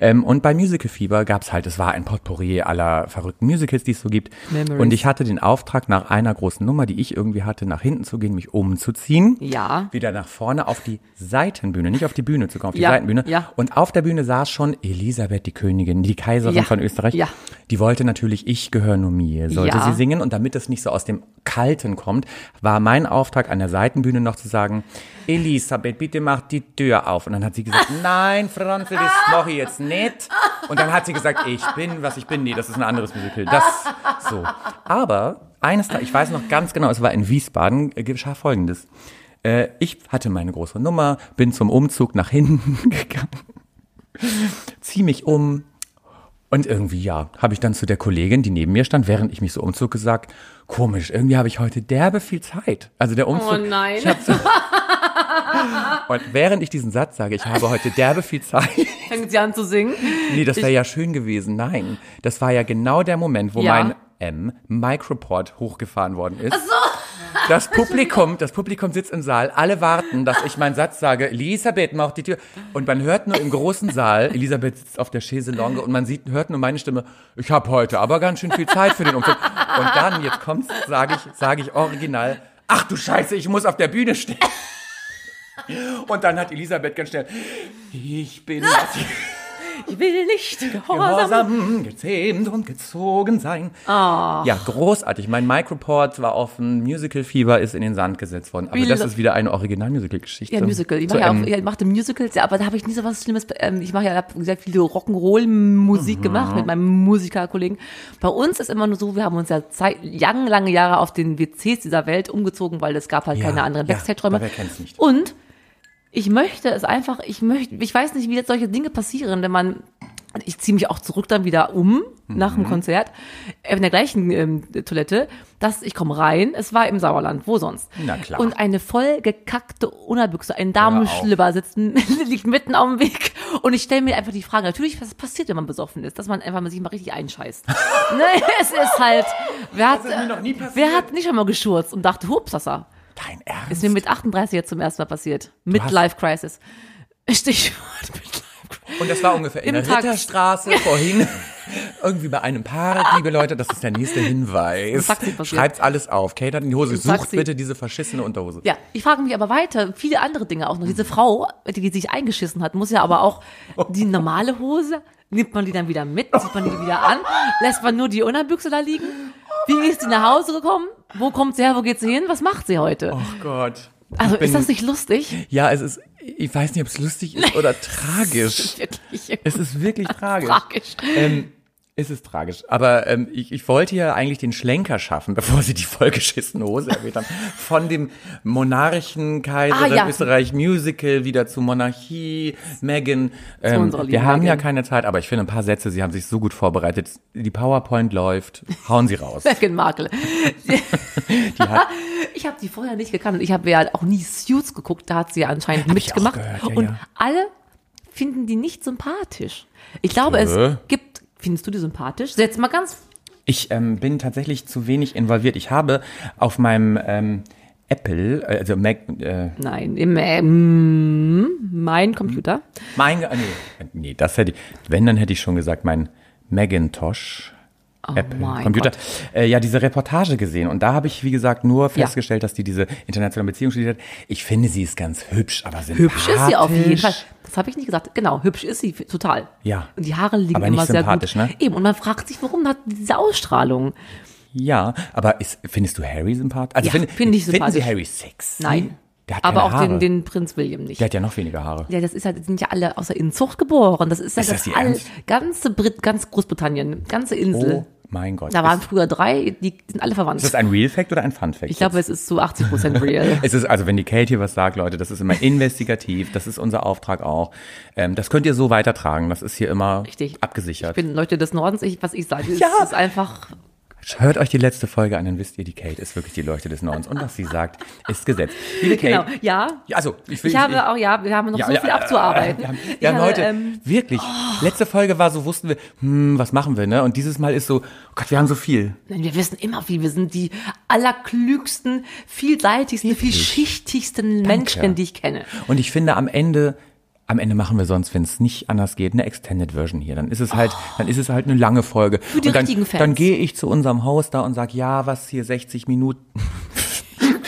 [SPEAKER 1] Ähm, und bei Musical Fieber gab's halt, es war ein Potpourri aller verrückten Musicals, die es so gibt.
[SPEAKER 2] Memories.
[SPEAKER 1] Und ich hatte den Auftrag, nach einer großen Nummer, die ich irgendwie hatte, nach hinten zu gehen, mich umzuziehen
[SPEAKER 2] Ja.
[SPEAKER 1] wieder nach vorne auf die Seitenbühne, nicht auf die Bühne zu kommen, auf die
[SPEAKER 2] Ja,
[SPEAKER 1] Seitenbühne.
[SPEAKER 2] ja.
[SPEAKER 1] Und auf der Bühne saß schon Elisabeth, die Königin, die Kaiserin
[SPEAKER 2] Ja,
[SPEAKER 1] von Österreich.
[SPEAKER 2] ja.
[SPEAKER 1] Die wollte natürlich, ich gehöre nur mir, sollte
[SPEAKER 2] Ja.
[SPEAKER 1] sie singen. Und damit es nicht so aus dem Kalten kommt, war mein Auftrag an der Seitenbühne noch zu sagen, Elisabeth, bitte mach die Tür auf. Und dann hat sie gesagt, nein, Franzi, das mache ich jetzt nicht. Und dann hat sie gesagt, ich bin, was ich bin. Nee, das ist ein anderes Musical. Das, so. Aber eines Tages, ich weiß noch ganz genau, es war in Wiesbaden, äh, geschah Folgendes. Äh, ich hatte meine große Nummer, bin zum Umzug nach hinten gegangen, zieh mich um und irgendwie, ja, habe ich dann zu der Kollegin, die neben mir stand, während ich mich so umzog, gesagt, komisch, irgendwie habe ich heute derbe viel Zeit. Also der Umzug.
[SPEAKER 2] Oh nein.
[SPEAKER 1] Ich hab so, und während ich diesen Satz sage, ich habe heute derbe viel Zeit,
[SPEAKER 2] Fängt sie an zu singen.
[SPEAKER 1] nee, das wäre ja schön gewesen. Nein, das war ja genau der Moment, wo
[SPEAKER 2] Ja.
[SPEAKER 1] mein M Microport hochgefahren worden ist. Das Publikum, das Publikum sitzt im Saal, alle warten, dass ich meinen Satz sage, Elisabeth macht die Tür. Und man hört nur im großen Saal, Elisabeth sitzt auf der Chaiselongue und man sieht, hört nur meine Stimme, ich habe heute aber ganz schön viel Zeit für den Umzug. Und dann, jetzt kommst, sage ich, sage ich original, ach du Scheiße, ich muss auf der Bühne stehen. Und dann hat Elisabeth ganz schnell, ich bin
[SPEAKER 2] Ich will nicht gehorsam. Ah.
[SPEAKER 1] gehorsam, gezähmt und gezogen sein. Ja, großartig. Mein Microport war offen, Musical Fever ist in den Sand gesetzt worden. Aber
[SPEAKER 2] Wie
[SPEAKER 1] das
[SPEAKER 2] lo-
[SPEAKER 1] ist wieder eine Original-Musical-Geschichte.
[SPEAKER 2] Ja, Musical. Ich
[SPEAKER 1] Zu
[SPEAKER 2] mache ja
[SPEAKER 1] einem-
[SPEAKER 2] auch, ja, ich machte Musicals, ja, aber da habe ich nie so was Schlimmes. Ähm, ich mache ja, hab sehr viele Rock'n'Roll-Musik
[SPEAKER 1] Mhm.
[SPEAKER 2] gemacht mit meinem Musikerkollegen. Bei uns ist immer nur so, wir haben uns ja Zeit, lang, lange Jahre auf den WCs dieser Welt umgezogen, weil es gab halt
[SPEAKER 1] Ja,
[SPEAKER 2] keine anderen
[SPEAKER 1] ja,
[SPEAKER 2] Backstage-Räume.
[SPEAKER 1] aber wer kennt's nicht?
[SPEAKER 2] Und ich möchte es einfach, ich möchte, ich weiß nicht, wie jetzt solche Dinge passieren, wenn man, ich ziehe mich auch zurück dann wieder um nach
[SPEAKER 1] Mhm.
[SPEAKER 2] dem Konzert, äh, in der gleichen ähm, Toilette, dass ich komme rein, es war im Sauerland, wo sonst?
[SPEAKER 1] Na klar.
[SPEAKER 2] Und eine vollgekackte Unterbüchse, ein Damenschlipper sitzt, liegt mitten auf dem Weg und ich stelle mir einfach die Frage, natürlich, was passiert, wenn man besoffen ist, dass man einfach mal sich mal richtig einscheißt. ne, es ist halt, wer hat,
[SPEAKER 1] ist mir noch nie passiert.
[SPEAKER 2] wer hat nicht einmal geschurzt und dachte, hups, das war.
[SPEAKER 1] Dein Ernst?
[SPEAKER 2] Ist mir mit 38 jetzt zum ersten Mal passiert. Midlife Crisis. Stichwort Midlife Crisis.
[SPEAKER 1] und das war ungefähr in
[SPEAKER 2] Im
[SPEAKER 1] der
[SPEAKER 2] Takt.
[SPEAKER 1] Ritterstraße vorhin. Irgendwie bei einem Paar, liebe Leute, das ist der nächste Hinweis.
[SPEAKER 2] Taxi passiert.
[SPEAKER 1] Schreibt alles auf. Kate hat in die Hose. Sucht
[SPEAKER 2] Taxi.
[SPEAKER 1] bitte diese verschissene Unterhose.
[SPEAKER 2] Ja, ich frage mich aber weiter, viele andere Dinge auch noch.
[SPEAKER 1] Mhm.
[SPEAKER 2] Diese Frau, die, die sich eingeschissen hat, muss ja aber auch die normale Hose, nimmt man die dann wieder mit, zieht man die wieder an, lässt man nur die Unterbüchse da liegen. Wie ist sie nach Hause gekommen? Wo kommt sie her? Wo geht sie hin? Was macht sie heute?
[SPEAKER 1] Oh Gott.
[SPEAKER 2] also
[SPEAKER 1] Ich bin-
[SPEAKER 2] ist das nicht lustig?
[SPEAKER 1] Ja, es ist, ich weiß nicht, ob es lustig ist oder tragisch.
[SPEAKER 2] Wirklich.
[SPEAKER 1] Es ist wirklich tragisch.
[SPEAKER 2] Tragisch.
[SPEAKER 1] Ähm, Es ist tragisch. Aber ähm, ich, ich wollte ja eigentlich den Schlenker schaffen, bevor sie die vollgeschissene Hose erwähnt haben. Von dem Monarchenkaiser
[SPEAKER 2] Ah, ja.
[SPEAKER 1] Österreich Musical wieder zu Monarchie, Megan. Ähm,
[SPEAKER 2] unserer lieben
[SPEAKER 1] wir haben ja
[SPEAKER 2] Meghan.
[SPEAKER 1] keine Zeit, aber ich finde ein paar Sätze, sie haben sich so gut vorbereitet. Die PowerPoint läuft, hauen sie raus.
[SPEAKER 2] Meghan Markle.
[SPEAKER 1] hat-
[SPEAKER 2] ich habe die vorher nicht gekannt. Ich habe ja auch nie Suits geguckt. Da hat sie ja anscheinend
[SPEAKER 1] ich auch
[SPEAKER 2] mitgemacht.
[SPEAKER 1] gehört, ja,
[SPEAKER 2] und
[SPEAKER 1] ja.
[SPEAKER 2] alle finden die nicht sympathisch. Ich glaube,
[SPEAKER 1] Äh?
[SPEAKER 2] es gibt. Findest du die sympathisch? Setz mal ganz.
[SPEAKER 1] Ich ähm, bin tatsächlich zu wenig involviert. Ich habe auf meinem ähm, Apple, äh, also Mac, äh,
[SPEAKER 2] Nein, im, ähm, mein Computer.
[SPEAKER 1] mein, äh, nee, nee, das hätte ich, wenn, dann hätte ich schon gesagt, mein Macintosh. Apple
[SPEAKER 2] Oh mein
[SPEAKER 1] Computer.
[SPEAKER 2] Gott.
[SPEAKER 1] Äh, ja, diese Reportage gesehen. Und da habe ich, wie gesagt, nur festgestellt, dass die diese internationale Beziehung studiert hat. Ich finde, sie ist ganz hübsch, aber sympathisch.
[SPEAKER 2] Hübsch ist sie auf jeden Fall. Das habe ich nicht gesagt. Genau, hübsch ist sie, total.
[SPEAKER 1] Ja.
[SPEAKER 2] Und die Haare liegen
[SPEAKER 1] Aber nicht
[SPEAKER 2] immer sehr
[SPEAKER 1] sympathisch,
[SPEAKER 2] gut.
[SPEAKER 1] ne?
[SPEAKER 2] Eben, und man fragt sich, warum hat die diese Ausstrahlung?
[SPEAKER 1] Ja, aber ist, findest du Harry sympathisch? Also
[SPEAKER 2] Ja, finde ich
[SPEAKER 1] Finden Sie
[SPEAKER 2] sympathisch.
[SPEAKER 1] Harry sexy?
[SPEAKER 2] Nein.
[SPEAKER 1] Der hat
[SPEAKER 2] Aber
[SPEAKER 1] keine
[SPEAKER 2] auch den,
[SPEAKER 1] Haare.
[SPEAKER 2] den Prinz William nicht.
[SPEAKER 1] Der hat ja noch weniger Haare.
[SPEAKER 2] Ja, das ist halt, sind ja alle außer Inzucht geboren. Das ist ja
[SPEAKER 1] Ist das
[SPEAKER 2] das,
[SPEAKER 1] Ihr
[SPEAKER 2] all,
[SPEAKER 1] Ernst?
[SPEAKER 2] ganze Brit, ganz Großbritannien, ganze
[SPEAKER 1] Oh
[SPEAKER 2] Insel.
[SPEAKER 1] mein Gott.
[SPEAKER 2] Da
[SPEAKER 1] Ist-
[SPEAKER 2] waren früher drei, die sind alle verwandt.
[SPEAKER 1] Ist das ein Real Fact oder ein Fun Fact?
[SPEAKER 2] Ich glaube, es ist zu 80 Prozent real.
[SPEAKER 1] es ist, also wenn die Kate hier was sagt, Leute, das ist immer investigativ, das ist unser Auftrag auch. Ähm, das könnt ihr so weitertragen, das ist hier immer
[SPEAKER 2] Richtig. Ich
[SPEAKER 1] abgesichert.
[SPEAKER 2] bin Leute des Nordens, ich, was ich sage,
[SPEAKER 1] Ja.
[SPEAKER 2] es ist einfach
[SPEAKER 1] Hört euch die letzte Folge an, dann wisst ihr, die Kate ist wirklich die Leuchte des Nordens und was sie sagt, ist Gesetz. Liebe Kate,
[SPEAKER 2] genau. Ja.
[SPEAKER 1] Ja, also ich, will,
[SPEAKER 2] Ich habe auch, ja, wir haben noch
[SPEAKER 1] ja,
[SPEAKER 2] so
[SPEAKER 1] ja,
[SPEAKER 2] viel
[SPEAKER 1] äh,
[SPEAKER 2] abzuarbeiten.
[SPEAKER 1] Wir haben, wir
[SPEAKER 2] Ich
[SPEAKER 1] haben
[SPEAKER 2] habe,
[SPEAKER 1] heute
[SPEAKER 2] ähm,
[SPEAKER 1] wirklich, letzte Folge war so, wussten wir, hm, was machen wir, ne? Und dieses Mal ist so, oh Gott, wir haben so viel.
[SPEAKER 2] Nein, wir wissen immer viel. Wir sind die allerklügsten, vielseitigsten, vielschichtigsten Menschen, die ich kenne.
[SPEAKER 1] Und ich finde am Ende, am Ende machen wir sonst, wenn es nicht anders geht, eine Extended Version hier. Dann ist es halt, dann ist es halt eine lange Folge. Für
[SPEAKER 2] Oh. die
[SPEAKER 1] und dann,
[SPEAKER 2] richtigen Fans.
[SPEAKER 1] Dann gehe ich zu unserem Haus da und sag, ja, was hier 60 Minuten.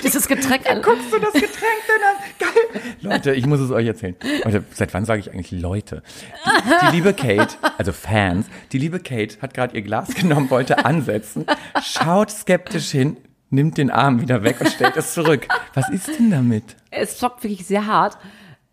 [SPEAKER 2] Dieses Getränk an.
[SPEAKER 1] Guckst du das Getränk denn an? Geil. Leute, ich muss es euch erzählen. Leute, seit wann sage ich eigentlich Leute? Die, die liebe Kate, also Fans, die liebe Kate hat gerade ihr Glas genommen, wollte ansetzen, schaut skeptisch hin, nimmt den Arm wieder weg und stellt es zurück. Was ist denn damit?
[SPEAKER 2] Es zockt wirklich sehr hart.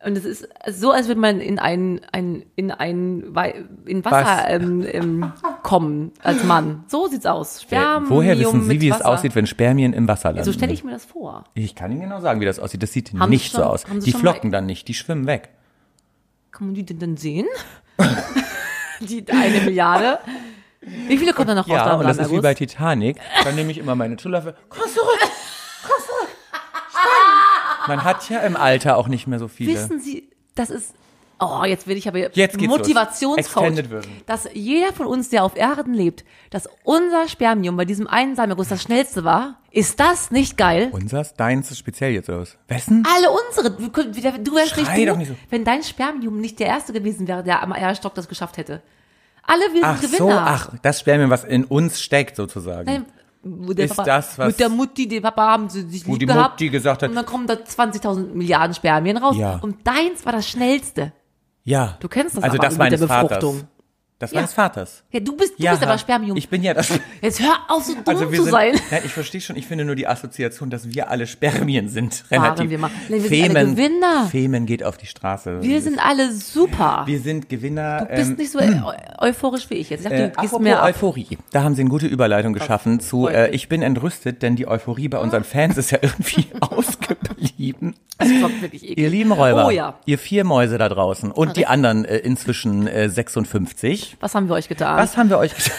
[SPEAKER 2] Und es ist so, als würde man in ein, ein, in ein, Wei- in
[SPEAKER 1] Was?
[SPEAKER 2] Wasser ähm, ähm, kommen als Mann. So sieht's aus. Spermium
[SPEAKER 1] Äh, Woher wissen Sie,
[SPEAKER 2] mit
[SPEAKER 1] wie es
[SPEAKER 2] Wasser.
[SPEAKER 1] aussieht, wenn Spermien im Wasser landen?
[SPEAKER 2] So stelle ich mir das vor.
[SPEAKER 1] Ich kann Ihnen genau sagen, wie das aussieht. Das sieht
[SPEAKER 2] Haben Sie
[SPEAKER 1] nicht so
[SPEAKER 2] schon-
[SPEAKER 1] aus.
[SPEAKER 2] haben Sie
[SPEAKER 1] Die
[SPEAKER 2] schon
[SPEAKER 1] flocken dann nicht, die schwimmen weg.
[SPEAKER 2] Kann man die denn dann sehen? die eine Milliarde. Wie viele kommen da noch raus?
[SPEAKER 1] Ja,
[SPEAKER 2] da
[SPEAKER 1] und
[SPEAKER 2] im
[SPEAKER 1] das ist wie
[SPEAKER 2] Lagerhaus?
[SPEAKER 1] bei Titanic. Dann nehme ich immer meine Zulaffe. Komm zurück! Komm zurück! Spring! Man hat ja im Alter auch nicht mehr so viele.
[SPEAKER 2] Wissen Sie, das ist. Oh, jetzt will ich aber
[SPEAKER 1] Jetzt geht's los.
[SPEAKER 2] Motivationscoach,
[SPEAKER 1] Extended Version.
[SPEAKER 2] dass jeder von uns, der auf Erden lebt, dass unser Spermium bei diesem einen Samenguss das schnellste war, ist das nicht geil?
[SPEAKER 1] Unsers, deins ist speziell jetzt aus. Wessen?
[SPEAKER 2] Alle unsere, du könnt- du wärst
[SPEAKER 1] Schrei
[SPEAKER 2] nicht,
[SPEAKER 1] doch
[SPEAKER 2] du,
[SPEAKER 1] nicht so.
[SPEAKER 2] wenn dein Spermium nicht der erste gewesen wäre, der am Eierstock das geschafft hätte. Alle wir sind
[SPEAKER 1] Ach
[SPEAKER 2] Gewinner.
[SPEAKER 1] so, ach, das Spermien, was in uns steckt sozusagen.
[SPEAKER 2] Nein, wo der
[SPEAKER 1] Ist das, was-
[SPEAKER 2] mit der Mutti, dem Papa haben sie sich
[SPEAKER 1] Wo
[SPEAKER 2] lieb
[SPEAKER 1] die
[SPEAKER 2] gehabt.
[SPEAKER 1] Mutti gesagt hat-
[SPEAKER 2] und dann kommen da 20.000 Milliarden Spermien raus.
[SPEAKER 1] Ja.
[SPEAKER 2] Und deins war das schnellste.
[SPEAKER 1] ja.
[SPEAKER 2] Du kennst das
[SPEAKER 1] also
[SPEAKER 2] aber
[SPEAKER 1] das
[SPEAKER 2] mit
[SPEAKER 1] meines
[SPEAKER 2] der
[SPEAKER 1] Vaters.
[SPEAKER 2] Befruchtung.
[SPEAKER 1] Das
[SPEAKER 2] Ja.
[SPEAKER 1] meines Vaters.
[SPEAKER 2] Ja, du bist, du
[SPEAKER 1] Ja,
[SPEAKER 2] bist aber Spermium.
[SPEAKER 1] Ich bin ja das.
[SPEAKER 2] Jetzt hör auf, so dumm
[SPEAKER 1] Also wir
[SPEAKER 2] zu
[SPEAKER 1] sind,
[SPEAKER 2] sein.
[SPEAKER 1] Nein, ich verstehe schon. Ich finde nur die Assoziation, dass wir alle Spermien sind.
[SPEAKER 2] Waren
[SPEAKER 1] Relativ.
[SPEAKER 2] wir mal. Nein, wir sind alle Gewinner.
[SPEAKER 1] Femen geht auf die Straße.
[SPEAKER 2] Wir sind alle super.
[SPEAKER 1] Wir sind Gewinner.
[SPEAKER 2] du bist
[SPEAKER 1] ähm,
[SPEAKER 2] nicht so eu euphorisch wie ich jetzt. Ich dachte,
[SPEAKER 1] äh,
[SPEAKER 2] du gehst
[SPEAKER 1] apropos
[SPEAKER 2] mehr ab.
[SPEAKER 1] Euphorie. Da haben sie eine gute Überleitung geschaffen zu
[SPEAKER 2] freut
[SPEAKER 1] äh,
[SPEAKER 2] mich.
[SPEAKER 1] Ich bin entrüstet, denn die Euphorie bei unseren Fans ist ja irgendwie ausgeblieben.
[SPEAKER 2] Das kommt wirklich eklig.
[SPEAKER 1] Ihr lieben Räuber,
[SPEAKER 2] Oh ja.
[SPEAKER 1] ihr vier Mäuse da draußen und die anderen äh, inzwischen äh, 56.
[SPEAKER 2] Was haben wir euch getan?
[SPEAKER 1] Was haben wir euch getan?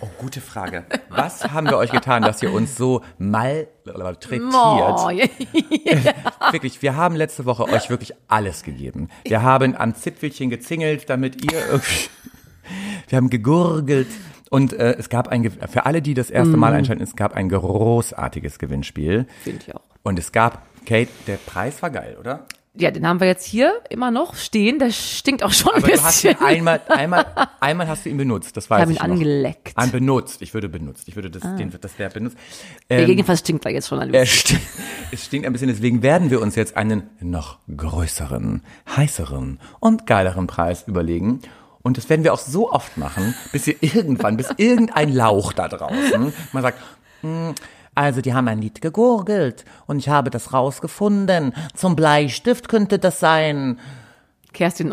[SPEAKER 1] Oh, gute Frage. Was haben wir euch getan, dass ihr uns so malträtiert?
[SPEAKER 2] Oh, ja.
[SPEAKER 1] Wirklich, wir haben letzte Woche euch wirklich alles gegeben. Wir haben am Zipfelchen gezingelt, damit ihr irgendwie. Wir haben gegurgelt. Und äh, es gab ein, Ge- für alle, die das erste Mal einschalten, es gab ein großartiges Gewinnspiel.
[SPEAKER 2] Mhm. Finde ich auch.
[SPEAKER 1] Und es gab, Kate, der Preis war geil, oder?
[SPEAKER 2] ja, den haben wir jetzt hier immer noch stehen. Der stinkt auch schon ein
[SPEAKER 1] Aber du hast
[SPEAKER 2] bisschen.
[SPEAKER 1] ihn einmal, einmal, einmal hast du ihn benutzt, das
[SPEAKER 2] ich
[SPEAKER 1] weiß
[SPEAKER 2] habe
[SPEAKER 1] ich
[SPEAKER 2] ihn
[SPEAKER 1] noch.
[SPEAKER 2] angeleckt. Ah.
[SPEAKER 1] An benutzt, ich würde benutzt, ich würde das, den, das Verb benutzt.
[SPEAKER 2] Ja,
[SPEAKER 1] Ähm,
[SPEAKER 2] jedenfalls stinkt er jetzt schon ein
[SPEAKER 1] er
[SPEAKER 2] bisschen.
[SPEAKER 1] st es stinkt ein bisschen, deswegen werden wir uns jetzt einen noch größeren, heißeren und geileren Preis überlegen. Und das werden wir auch so oft machen, bis ihr irgendwann, bis irgendein Lauch da draußen mal sagt, "Hm, also die haben ein Lied gegurgelt und ich habe das rausgefunden. Zum Bleistift könnte das sein.
[SPEAKER 2] Kerstin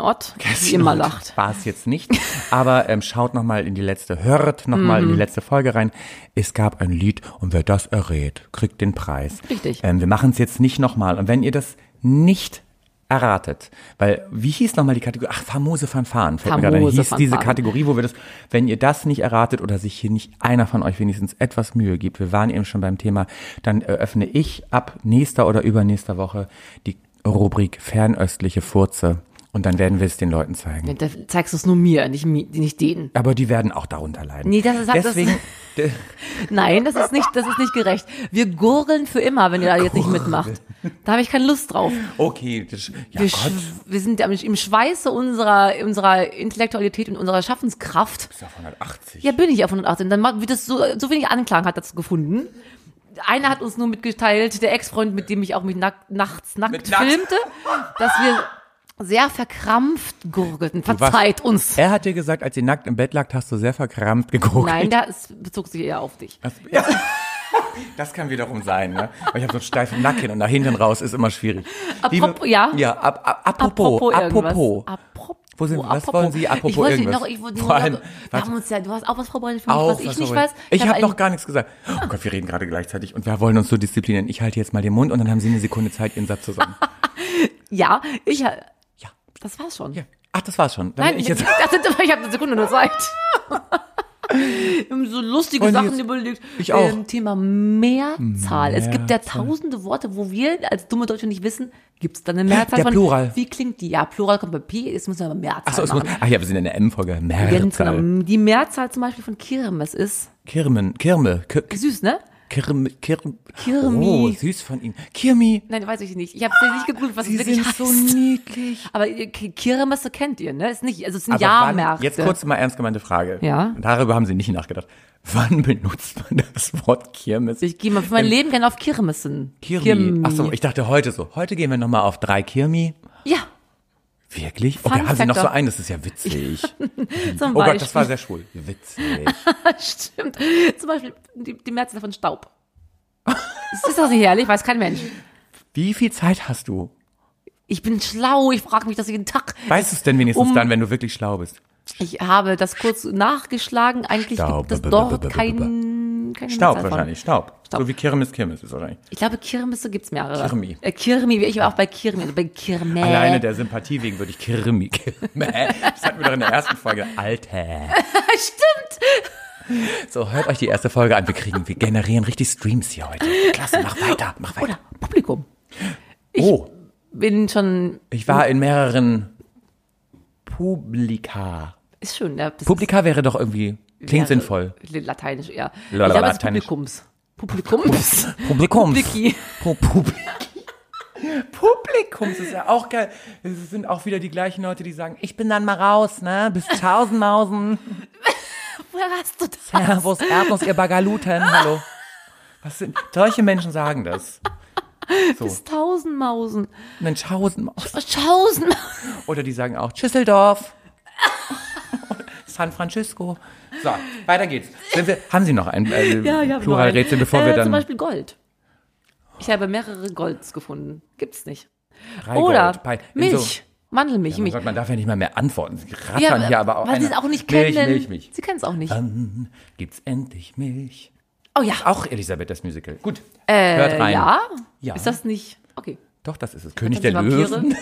[SPEAKER 2] Ott, die immer lacht.
[SPEAKER 1] War es jetzt nicht. Aber ähm, schaut nochmal in die letzte, hört nochmal
[SPEAKER 2] Mhm.
[SPEAKER 1] mal in die letzte Folge rein. Es gab ein Lied und wer das errät, kriegt den Preis.
[SPEAKER 2] Richtig.
[SPEAKER 1] Ähm, wir machen es jetzt nicht nochmal. Und wenn ihr das nicht erratet, weil wie hieß nochmal die Kategorie? Ach, famose Fanfaren fällt mir gerade ein.
[SPEAKER 2] Famose
[SPEAKER 1] Hieß diese
[SPEAKER 2] Fanfaren.
[SPEAKER 1] Kategorie, wo wir das, wenn ihr das nicht erratet oder sich hier nicht einer von euch wenigstens etwas Mühe gibt, wir waren eben schon beim Thema, dann eröffne ich ab nächster oder übernächster Woche die Rubrik fernöstliche Furze und dann werden wir es den Leuten zeigen.
[SPEAKER 2] Da zeigst du es nur mir, nicht, mi- nicht denen.
[SPEAKER 1] Aber die werden auch darunter leiden.
[SPEAKER 2] Nee, das ist- halt das-
[SPEAKER 1] Deswegen, de-
[SPEAKER 2] Nein, das ist nicht, das ist nicht gerecht. Wir gurgeln für immer, wenn ihr da jetzt nicht mitmacht. Da habe ich keine Lust drauf.
[SPEAKER 1] okay, das, ja
[SPEAKER 2] wir,
[SPEAKER 1] Gott,
[SPEAKER 2] sch- wir sind am- im Schweiße unserer, unserer Intellektualität und unserer Schaffenskraft.
[SPEAKER 1] ist auf 180.
[SPEAKER 2] Ja, bin ich auf 118. Dann ma- wird es so, so wenig Anklagen hat dazu gefunden. Einer hat uns nur mitgeteilt, der Ex-Freund, mit dem ich auch mich nack, nachts nackt
[SPEAKER 1] Mit nackt.
[SPEAKER 2] filmte, dass wir sehr verkrampft gurgelten.
[SPEAKER 1] warst-
[SPEAKER 2] Verzeiht uns.
[SPEAKER 1] Er hat dir gesagt, als ihr nackt im Bett lag, hast du sehr verkrampft geguckt.
[SPEAKER 2] Nein, da es bezog sich eher auf dich.
[SPEAKER 1] Das, Also, ja. das kann wiederum sein, ne? Weil ich habe so einen steifen Nacken und nach hinten raus ist immer schwierig.
[SPEAKER 2] Apropos- ja.
[SPEAKER 1] Ja, ap, ap, apropos, apropos.
[SPEAKER 2] irgendwas. Apropos.
[SPEAKER 1] Wo sind- was wollen Sie? Apropos
[SPEAKER 2] ich wollte
[SPEAKER 1] irgendwas.
[SPEAKER 2] Noch, ich wollte
[SPEAKER 1] Vor
[SPEAKER 2] nur
[SPEAKER 1] allem,
[SPEAKER 2] noch, wir
[SPEAKER 1] was-
[SPEAKER 2] haben uns ja, du hast auch was vorbereitet für mich,
[SPEAKER 1] Auch,
[SPEAKER 2] was ich
[SPEAKER 1] was
[SPEAKER 2] nicht
[SPEAKER 1] soll-
[SPEAKER 2] weiß.
[SPEAKER 1] also, Ich habe
[SPEAKER 2] ein-
[SPEAKER 1] noch gar nichts gesagt. Oh Gott, wir reden gerade gleichzeitig und wir wollen uns so disziplinieren. Ich halte jetzt mal den Mund und dann haben Sie eine Sekunde Zeit, Ihren Satz zu sagen.
[SPEAKER 2] Ja, ich, ha-
[SPEAKER 1] Ja.
[SPEAKER 2] das war's schon.
[SPEAKER 1] ja. Ach, das war's schon. Dann
[SPEAKER 2] Nein,
[SPEAKER 1] ich
[SPEAKER 2] ich,
[SPEAKER 1] jetzt.
[SPEAKER 2] das sind, ich habe eine Sekunde nur Zeit. Wir haben so lustige
[SPEAKER 1] Wollen Sie
[SPEAKER 2] Sachen
[SPEAKER 1] jetzt-
[SPEAKER 2] überlegt.
[SPEAKER 1] Ich auch.
[SPEAKER 2] Ähm, Thema Mehrzahl. Es gibt ja
[SPEAKER 1] Mehrzahl.
[SPEAKER 2] tausende Worte, wo wir als dumme Deutsche nicht wissen, gibt es da eine Mehrzahl
[SPEAKER 1] Der
[SPEAKER 2] von?
[SPEAKER 1] Plural.
[SPEAKER 2] Wie klingt die? Ja, Plural kommt bei P, jetzt müssen wir aber Mehrzahl
[SPEAKER 1] Ach, so, es muss,
[SPEAKER 2] machen.
[SPEAKER 1] ach ja, wir sind in der M-Folge.
[SPEAKER 2] Ganz
[SPEAKER 1] Mehrzahl.
[SPEAKER 2] genau. Die Mehrzahl zum Beispiel von Kirmes ist
[SPEAKER 1] Kirmen, Kirme, Kir,
[SPEAKER 2] süß, ne?
[SPEAKER 1] Kirme, Kirme.
[SPEAKER 2] Kirmi.
[SPEAKER 1] Oh, süß von Ihnen. Kirmi.
[SPEAKER 2] Nein, weiß ich nicht. Ich habe nicht gegoogelt, was
[SPEAKER 1] Sie
[SPEAKER 2] es wirklich
[SPEAKER 1] sind
[SPEAKER 2] heißt.
[SPEAKER 1] so niedlich.
[SPEAKER 2] aber ihr- K- Kirmes kennt ihr, ne? Ist nicht, also es sind
[SPEAKER 1] Aber wann,
[SPEAKER 2] Jahrmärkte.
[SPEAKER 1] jetzt kurz mal ernst gemeinte Frage.
[SPEAKER 2] Ja.
[SPEAKER 1] Darüber haben Sie nicht nachgedacht. Wann benutzt man das Wort Kirmes?
[SPEAKER 2] Ich gehe mal für mein Leben gerne auf
[SPEAKER 1] Ähm,
[SPEAKER 2] Kirmesen.
[SPEAKER 1] Kirmi. Ach so, ich dachte heute so. Heute gehen wir nochmal auf drei Kirmi.
[SPEAKER 2] Ja,
[SPEAKER 1] Wirklich?
[SPEAKER 2] Fun
[SPEAKER 1] Okay, haben Sie noch so
[SPEAKER 2] Factor.
[SPEAKER 1] einen? Das ist ja witzig.
[SPEAKER 2] zum
[SPEAKER 1] Oh
[SPEAKER 2] Beispiel.
[SPEAKER 1] Gott, das war sehr schwul. Witzig.
[SPEAKER 2] Stimmt. Zum Beispiel die, die Mehrzahl von Staub. Das ist doch nicht herrlich, weiß kein Mensch.
[SPEAKER 1] Wie viel Zeit hast du?
[SPEAKER 2] Ich bin schlau, ich frage mich das jeden Tag.
[SPEAKER 1] Weißt du es denn wenigstens
[SPEAKER 2] Um-
[SPEAKER 1] dann, wenn du wirklich schlau bist?
[SPEAKER 2] Ich habe das kurz nachgeschlagen. Eigentlich
[SPEAKER 1] Staub,
[SPEAKER 2] gibt es
[SPEAKER 1] b- b- b-
[SPEAKER 2] dort
[SPEAKER 1] b-
[SPEAKER 2] kein, keine Mehrzahl
[SPEAKER 1] Staub
[SPEAKER 2] von.
[SPEAKER 1] wahrscheinlich, Staub.
[SPEAKER 2] Staub.
[SPEAKER 1] So wie Kirmes Kirmes ist wahrscheinlich.
[SPEAKER 2] Ich glaube, Kirmisse gibt's mehrere.
[SPEAKER 1] Kirmi.
[SPEAKER 2] Äh, Kirmi, ich war auch bei Kirmi, also bei Kirme.
[SPEAKER 1] Alleine der Sympathie wegen würde ich Kirmi, Kirme. Das hatten wir doch in der ersten Folge. Alter.
[SPEAKER 2] Stimmt.
[SPEAKER 1] So, hört euch die erste Folge an. Wir kriegen, wir generieren richtig Streams hier heute. Klasse, mach weiter, mach weiter.
[SPEAKER 2] Oh, Oder Publikum.
[SPEAKER 1] oh,
[SPEAKER 2] Bin schon,
[SPEAKER 1] ich war in mehreren Publika.
[SPEAKER 2] ist schön. Ja, das
[SPEAKER 1] Publika wäre doch irgendwie, klingt
[SPEAKER 2] wäre
[SPEAKER 1] sinnvoll.
[SPEAKER 2] Lateinisch, ja. Ich
[SPEAKER 1] Lala-
[SPEAKER 2] glaube, das ist
[SPEAKER 1] Lateinisch.
[SPEAKER 2] Publikums. Publikums.
[SPEAKER 1] Publikums.
[SPEAKER 2] Publiki.
[SPEAKER 1] Pu- Publi- Publikums ist ja auch geil. Es sind auch wieder die gleichen Leute, die sagen, ich bin dann mal raus, ne? Bis tausendmausen.
[SPEAKER 2] Woher hast du das?
[SPEAKER 1] Servus, Erdnuss, ihr Bagaluten, hallo. Was sind, solche Menschen sagen das. So,
[SPEAKER 2] Tausend Mausen.
[SPEAKER 1] Mensch, tausendmausen.
[SPEAKER 2] Tausend.
[SPEAKER 1] Oder die sagen auch Düsseldorf. San Francisco. So, weiter geht's. Sind wir, haben Sie noch ein äh,
[SPEAKER 2] Ja, ja,
[SPEAKER 1] Pluralrätsel, bevor
[SPEAKER 2] äh,
[SPEAKER 1] wir
[SPEAKER 2] Zum
[SPEAKER 1] dann
[SPEAKER 2] Beispiel Gold. Ich habe mehrere Golds gefunden. Gibt's nicht.
[SPEAKER 1] drei
[SPEAKER 2] Oder
[SPEAKER 1] Gold, bei- in so-
[SPEAKER 2] Milch. Mandelmilch.
[SPEAKER 1] Oh
[SPEAKER 2] Milch.
[SPEAKER 1] Gott, man darf ja nicht mal mehr antworten. Sie rattern
[SPEAKER 2] äh,
[SPEAKER 1] hier aber auch
[SPEAKER 2] weil sie es
[SPEAKER 1] einer.
[SPEAKER 2] auch nicht
[SPEAKER 1] Milch,
[SPEAKER 2] kennen.
[SPEAKER 1] Milch, Milch.
[SPEAKER 2] Sie kennen es auch nicht.
[SPEAKER 1] Dann gibt's endlich Milch.
[SPEAKER 2] Oh ja.
[SPEAKER 1] Auch Elisabeth, das Musical. Gut, hört rein.
[SPEAKER 2] Äh, Ja?
[SPEAKER 1] Ja.
[SPEAKER 2] Ist das nicht? Okay.
[SPEAKER 1] Doch, das ist es. König
[SPEAKER 2] Dann
[SPEAKER 1] der
[SPEAKER 2] sind Vampire.
[SPEAKER 1] Löwen.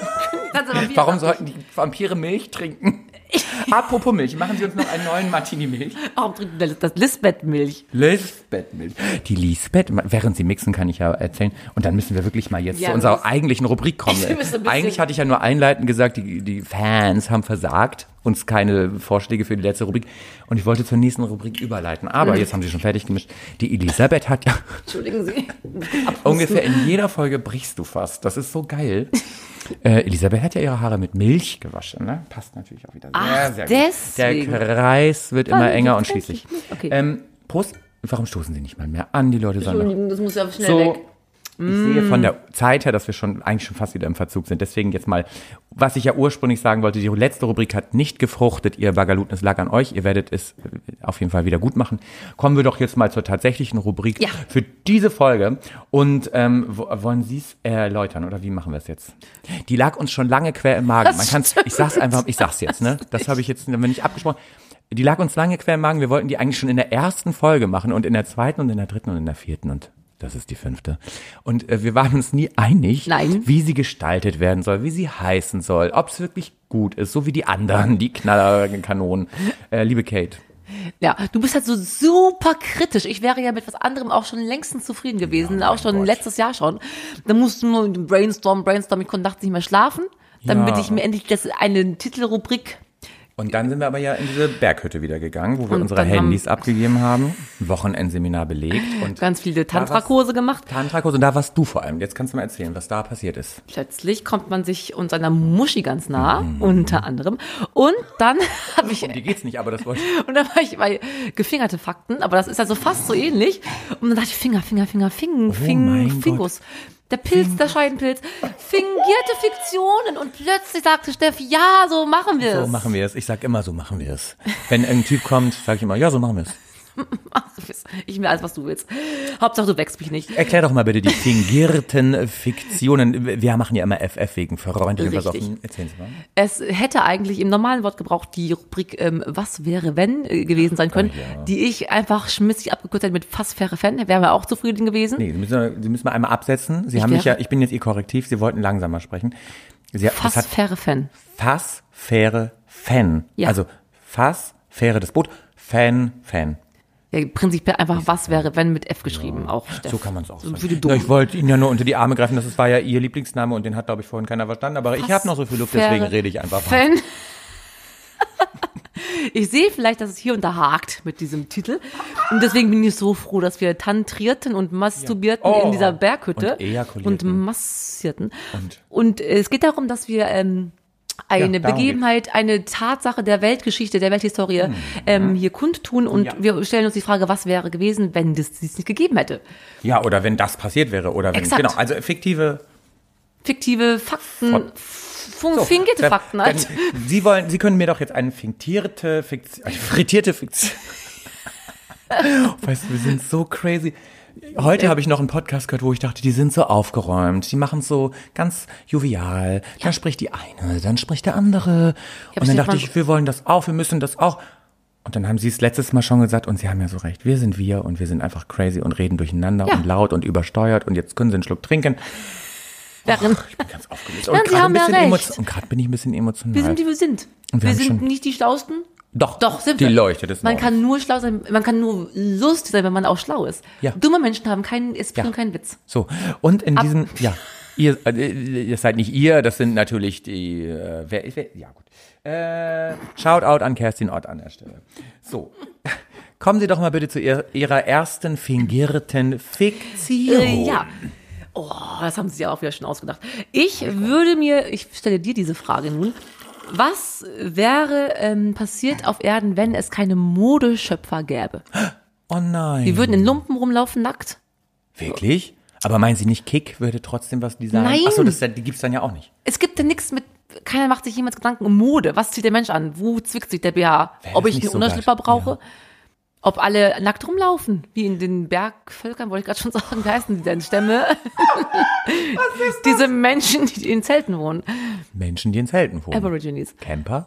[SPEAKER 2] Dann sind Vampire.
[SPEAKER 1] Warum sollten die Vampire Milch trinken? Apropos Milch, machen Sie uns noch einen neuen Martini-Milch.
[SPEAKER 2] Warum trinkt denn das Lisbeth-Milch?
[SPEAKER 1] Lisbeth mit. Die Lisbeth, während sie mixen, kann ich ja erzählen. Und dann müssen wir wirklich mal jetzt
[SPEAKER 2] Ja,
[SPEAKER 1] zu
[SPEAKER 2] wir
[SPEAKER 1] unserer
[SPEAKER 2] müssen-
[SPEAKER 1] eigentlichen Rubrik kommen.
[SPEAKER 2] Wir müssen ein bisschen-
[SPEAKER 1] Eigentlich hatte ich ja nur einleitend gesagt, die, die Fans haben versagt, uns keine Vorschläge für die letzte Rubrik. Und ich wollte zur nächsten Rubrik überleiten.
[SPEAKER 2] Mhm.
[SPEAKER 1] Aber jetzt haben sie schon fertig gemischt. Die Elisabeth hat ja
[SPEAKER 2] Entschuldigen Sie.
[SPEAKER 1] ungefähr in jeder Folge brichst du fast. Das ist so geil. Äh, Elisabeth hat ja ihre Haare mit Milch gewaschen, ne? Passt natürlich auch wieder sehr,
[SPEAKER 2] Ach,
[SPEAKER 1] sehr
[SPEAKER 2] deswegen.
[SPEAKER 1] gut. Der Kreis wird immer
[SPEAKER 2] Dann
[SPEAKER 1] enger und
[SPEAKER 2] tatsächlich
[SPEAKER 1] schließlich.
[SPEAKER 2] Milch. Okay.
[SPEAKER 1] Ähm, Prost. Warum stoßen Sie nicht mal mehr an? Die Leute sollen noch
[SPEAKER 2] Entschuldigung, das muss ja schnell
[SPEAKER 1] so,
[SPEAKER 2] weg. Mm.
[SPEAKER 1] Ich sehe von der Zeit her, dass wir schon eigentlich schon fast wieder im Verzug sind. Deswegen jetzt mal, was ich ja ursprünglich sagen wollte, die letzte Rubrik hat nicht gefruchtet, ihr Bagaluten, es lag an euch, ihr werdet es äh, auf jeden Fall wieder gut machen. Kommen wir doch jetzt mal zur tatsächlichen Rubrik
[SPEAKER 2] Ja.
[SPEAKER 1] für diese Folge. Und ähm, wo, wollen Sie es erläutern oder wie machen wir es jetzt? Die lag uns schon lange quer im Magen.
[SPEAKER 2] Das
[SPEAKER 1] Man kann's, ich sag's einfach, ich sag's jetzt, ne? Das habe ich jetzt wenn nicht abgesprochen. Die lag uns lange quer im Magen. Wir wollten die eigentlich schon in der ersten Folge machen und in der zweiten und in der dritten und in der vierten und das ist die fünfte. Und äh, wir waren uns nie einig,
[SPEAKER 2] Nein.
[SPEAKER 1] wie sie gestaltet werden soll, wie sie heißen soll, ob es wirklich gut ist, so wie die anderen, die Knallerkanonen. Äh, liebe Kate,
[SPEAKER 2] Ja, du bist halt so super kritisch. Ich wäre ja mit was anderem auch schon längstens zufrieden gewesen, auch schon
[SPEAKER 1] Gott.
[SPEAKER 2] letztes Jahr schon. Dann musst du nur brainstorm, brainstorm. Ich konnte nachts nicht mehr schlafen, damit
[SPEAKER 1] Ja.
[SPEAKER 2] ich mir endlich das eine Titelrubrik.
[SPEAKER 1] Und dann sind wir aber ja in diese Berghütte wieder gegangen, wo wir
[SPEAKER 2] Und
[SPEAKER 1] unsere
[SPEAKER 2] dann haben-
[SPEAKER 1] Handys abgegeben haben, ein Wochenendseminar belegt und
[SPEAKER 2] Ganz viele Tantra-Kurse gemacht.
[SPEAKER 1] Tantrakurs. Und da warst du vor allem. Jetzt kannst du mal erzählen, was da passiert ist.
[SPEAKER 2] Plötzlich kommt man sich und seiner Muschi ganz nah,
[SPEAKER 1] Mhm.
[SPEAKER 2] unter anderem. Und dann habe ich
[SPEAKER 1] Die geht's nicht, aber das wollte
[SPEAKER 2] Und dann war ich bei gefingerte Fakten, aber das ist also fast so ähnlich. Und dann dachte ich, Finger, Finger, Finger, Fing,
[SPEAKER 1] Oh mein
[SPEAKER 2] Fing,
[SPEAKER 1] Gott.
[SPEAKER 2] Fingus. Der Pilz, der Scheidenpilz. Fingierte Fiktionen. Und plötzlich sagte Steffi, ja, so machen wir es.
[SPEAKER 1] So machen wir es. Ich sag immer, so machen wir es. Wenn ein Typ kommt, sage ich immer, ja, so machen wir es.
[SPEAKER 2] Ich mir alles, was du willst. Hauptsache, du wächst mich nicht.
[SPEAKER 1] Erklär doch mal bitte die fingierten Fiktionen. Wir machen ja immer FF wegen freundlichen
[SPEAKER 2] Richtig.
[SPEAKER 1] Versoffen. Erzählen Sie mal.
[SPEAKER 2] Es hätte eigentlich im normalen Wortgebrauch die Rubrik ähm, Was wäre wenn äh, gewesen sein
[SPEAKER 1] Oh
[SPEAKER 2] können, die ich einfach schmissig abgekürzt hätte mit fast faire Fan. Wären wir auch zufrieden gewesen.
[SPEAKER 1] Nee, Sie müssen, Sie müssen mal einmal absetzen. Sie haben mich ja,
[SPEAKER 2] wäre-
[SPEAKER 1] ich bin jetzt Ihr Korrektiv. Sie wollten langsamer sprechen. Sie, das
[SPEAKER 2] Fast
[SPEAKER 1] hat
[SPEAKER 2] faire Fan.
[SPEAKER 1] Fass, Fähre, Fan.
[SPEAKER 2] Ja.
[SPEAKER 1] Also Fass, Fähre, das Boot, Fan, Fan.
[SPEAKER 2] Ja, prinzipiell einfach Was wäre wenn mit F geschrieben auch. Steff.
[SPEAKER 1] So kann man es auch
[SPEAKER 2] So
[SPEAKER 1] sagen.
[SPEAKER 2] für die
[SPEAKER 1] Na,
[SPEAKER 2] Dummen.
[SPEAKER 1] ich wollte ihn ja nur unter die Arme greifen, das war ja ihr Lieblingsname und den hat, glaube ich, vorhin keiner verstanden. Aber ich habe noch so viel Luft, deswegen
[SPEAKER 2] Fähre-
[SPEAKER 1] rede ich einfach. weiter.
[SPEAKER 2] Fan. Ich sehe vielleicht, dass es hier und da hakt mit diesem Titel. Und deswegen bin ich so froh, dass wir tantrierten und masturbierten
[SPEAKER 1] Ja. Oh.
[SPEAKER 2] in dieser Berghütte.
[SPEAKER 1] Und ejakulierten.
[SPEAKER 2] Und massierten.
[SPEAKER 1] Und-
[SPEAKER 2] Und, äh, es geht darum, dass wir ähm, eine
[SPEAKER 1] darum Hm,
[SPEAKER 2] Begebenheit, eine Tatsache der Weltgeschichte, der Welthistorie ähm, hier kundtun. Und
[SPEAKER 1] Ja.
[SPEAKER 2] wir stellen uns die Frage, was wäre gewesen, wenn das dies nicht gegeben hätte?
[SPEAKER 1] Ja, oder wenn das passiert wäre. Oder wenn,
[SPEAKER 2] Exakt.
[SPEAKER 1] genau, also fiktive
[SPEAKER 2] Fiktive Fakten, fun-
[SPEAKER 1] So,
[SPEAKER 2] fingierte
[SPEAKER 1] dann-
[SPEAKER 2] Fakten. Halt.
[SPEAKER 1] Dann, Sie wollen, Sie können mir doch jetzt eine fingierte Fiktion, eine frittierte Fiktion. weißt du, wir sind so crazy. Heute habe ich noch einen Podcast gehört, wo ich dachte, die sind so aufgeräumt, die machen so ganz jovial. Dann spricht die eine, dann spricht der andere.
[SPEAKER 2] aber
[SPEAKER 1] und dann
[SPEAKER 2] stell
[SPEAKER 1] dachte
[SPEAKER 2] mal-
[SPEAKER 1] ich, wir wollen das auch, wir müssen das auch. Und dann haben sie es letztes Mal schon gesagt und sie haben ja so recht. Wir sind wir und wir sind einfach crazy und reden durcheinander
[SPEAKER 2] Ja.
[SPEAKER 1] und laut und übersteuert und jetzt können sie einen Schluck trinken.
[SPEAKER 2] Wären-
[SPEAKER 1] Ich bin ganz aufgelöst.
[SPEAKER 2] Nein,
[SPEAKER 1] Und
[SPEAKER 2] Sie
[SPEAKER 1] gerade ein
[SPEAKER 2] haben ja
[SPEAKER 1] bisschen
[SPEAKER 2] recht.
[SPEAKER 1] emotio- und gerade bin ich ein bisschen emotional.
[SPEAKER 2] Wir sind, wie wir sind.
[SPEAKER 1] Und wir
[SPEAKER 2] wir
[SPEAKER 1] haben
[SPEAKER 2] sind
[SPEAKER 1] schon-
[SPEAKER 2] nicht die Schlausten.
[SPEAKER 1] Doch,
[SPEAKER 2] Doch, sind
[SPEAKER 1] die
[SPEAKER 2] wir.
[SPEAKER 1] Leuchte des
[SPEAKER 2] Man
[SPEAKER 1] Nordens.
[SPEAKER 2] kann nur schlau sein, man kann nur lustig sein, wenn man auch schlau ist.
[SPEAKER 1] Ja.
[SPEAKER 2] Dumme Menschen haben keinen
[SPEAKER 1] Ja.
[SPEAKER 2] Esprit und keinen Witz.
[SPEAKER 1] So, und in diesem, ja, ihr, äh, ihr seid nicht ihr, das sind natürlich die, äh, wer, wer, ja gut. Äh, Shoutout an Kerstin Ott an der Stelle. So, kommen Sie doch mal bitte zu ihr, Ihrer ersten fingierten Fiktion.
[SPEAKER 2] Äh, ja. Oh, das haben sie ja auch wieder schon ausgedacht. Ich würde mir, ich stelle dir diese Frage nun. Was wäre ähm, passiert auf Erden, wenn es keine Modeschöpfer gäbe?
[SPEAKER 1] Oh nein.
[SPEAKER 2] Die würden in Lumpen rumlaufen, nackt.
[SPEAKER 1] Wirklich? Aber meinen Sie nicht, Kick würde trotzdem was designen?
[SPEAKER 2] Nein.
[SPEAKER 1] Achso, das, die gibt's dann ja auch nicht.
[SPEAKER 2] Es gibt ja nichts mit, keiner macht sich jemals Gedanken um Mode. Was zieht der Mensch an? Wo zwickt sich der BH?
[SPEAKER 1] Wäre
[SPEAKER 2] Ob
[SPEAKER 1] das
[SPEAKER 2] ich
[SPEAKER 1] nicht
[SPEAKER 2] einen
[SPEAKER 1] so
[SPEAKER 2] Unterschlipper
[SPEAKER 1] geil?
[SPEAKER 2] brauche? Ob alle nackt rumlaufen? Wie in den Bergvölkern, wollte ich gerade schon sagen. Wie heißen die denn? Stämme? Diese Menschen, die in Zelten wohnen.
[SPEAKER 1] Menschen, die in Zelten wohnen.
[SPEAKER 2] Aborigines.
[SPEAKER 1] Camper?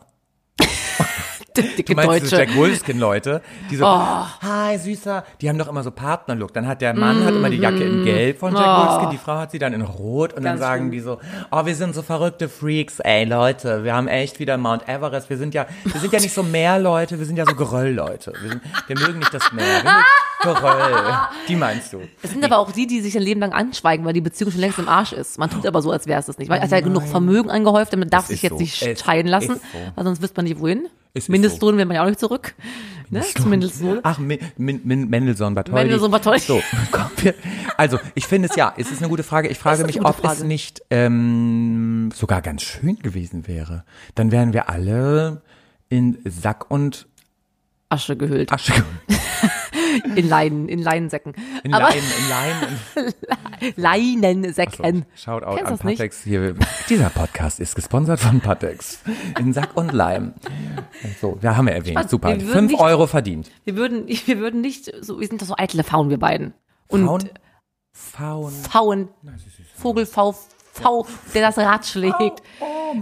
[SPEAKER 2] Dicke
[SPEAKER 1] Du meinst diese
[SPEAKER 2] Deutsche. Oh.
[SPEAKER 1] Jack Wolfskin-Leute, die so, hi Süßer, die haben doch immer so Partnerlook. Dann hat der Mann hat immer die Jacke in Gelb von Jack Wolfskin, die Frau hat sie dann in Rot und dann
[SPEAKER 2] Mm. Oh. Ganz
[SPEAKER 1] sagen
[SPEAKER 2] schlimm.
[SPEAKER 1] die so, oh, wir sind so verrückte Freaks, ey Leute, wir haben echt wieder Mount Everest. Wir sind ja, wir sind ja nicht so Meerleute, wir sind ja so Geröllleute. Wir, sind, wir mögen nicht das Meer, wir mögen Geröll. Die meinst du?
[SPEAKER 2] Es sind aber auch die, die sich ein Leben lang anschweigen, weil die Beziehung schon längst im Arsch ist. Man tut aber so, als wäre es das nicht. Weil er hat ja genug Vermögen angehäuft, man darf sich
[SPEAKER 1] ist
[SPEAKER 2] jetzt
[SPEAKER 1] so.
[SPEAKER 2] nicht
[SPEAKER 1] Oh Es
[SPEAKER 2] scheiden lassen,
[SPEAKER 1] ist so.
[SPEAKER 2] weil sonst wüsste man nicht, wohin.
[SPEAKER 1] Es ist
[SPEAKER 2] Mindestlohn will man ja auch nicht zurück. Ne? Mindestlohn.
[SPEAKER 1] Ach, Min, Min, Min, Mendelssohn Bartholdy.
[SPEAKER 2] Mendelssohn Bartholdy.
[SPEAKER 1] So, kommen wir. Also, ich finde es ja, es ist eine gute Frage. Ich frage
[SPEAKER 2] eine
[SPEAKER 1] mich,
[SPEAKER 2] gute
[SPEAKER 1] ob es
[SPEAKER 2] Frage.
[SPEAKER 1] nicht ähm, sogar ganz schön gewesen wäre. Dann wären wir alle in Sack und
[SPEAKER 2] Asche gehüllt.
[SPEAKER 1] Asche.
[SPEAKER 2] In Leinen, in Leinensäcken.
[SPEAKER 1] In
[SPEAKER 2] Aber-
[SPEAKER 1] Leinen, in Leinen.
[SPEAKER 2] Leinensäcken.
[SPEAKER 1] So, Shoutout
[SPEAKER 2] Kennst
[SPEAKER 1] an
[SPEAKER 2] das nicht?
[SPEAKER 1] Patex. Hier, dieser Podcast ist gesponsert von Patex. In Sack und Leim. So, wir haben ja erwähnt.
[SPEAKER 2] Spannend.
[SPEAKER 1] Super.
[SPEAKER 2] Wir würden
[SPEAKER 1] Fünf
[SPEAKER 2] nicht-
[SPEAKER 1] Euro verdient.
[SPEAKER 2] Wir würden, wir würden nicht, so, wir sind doch so eitle Faun, wir beiden. Und
[SPEAKER 1] Faun. Faun.
[SPEAKER 2] Faun, Vogel, V, V, der das Rad schlägt.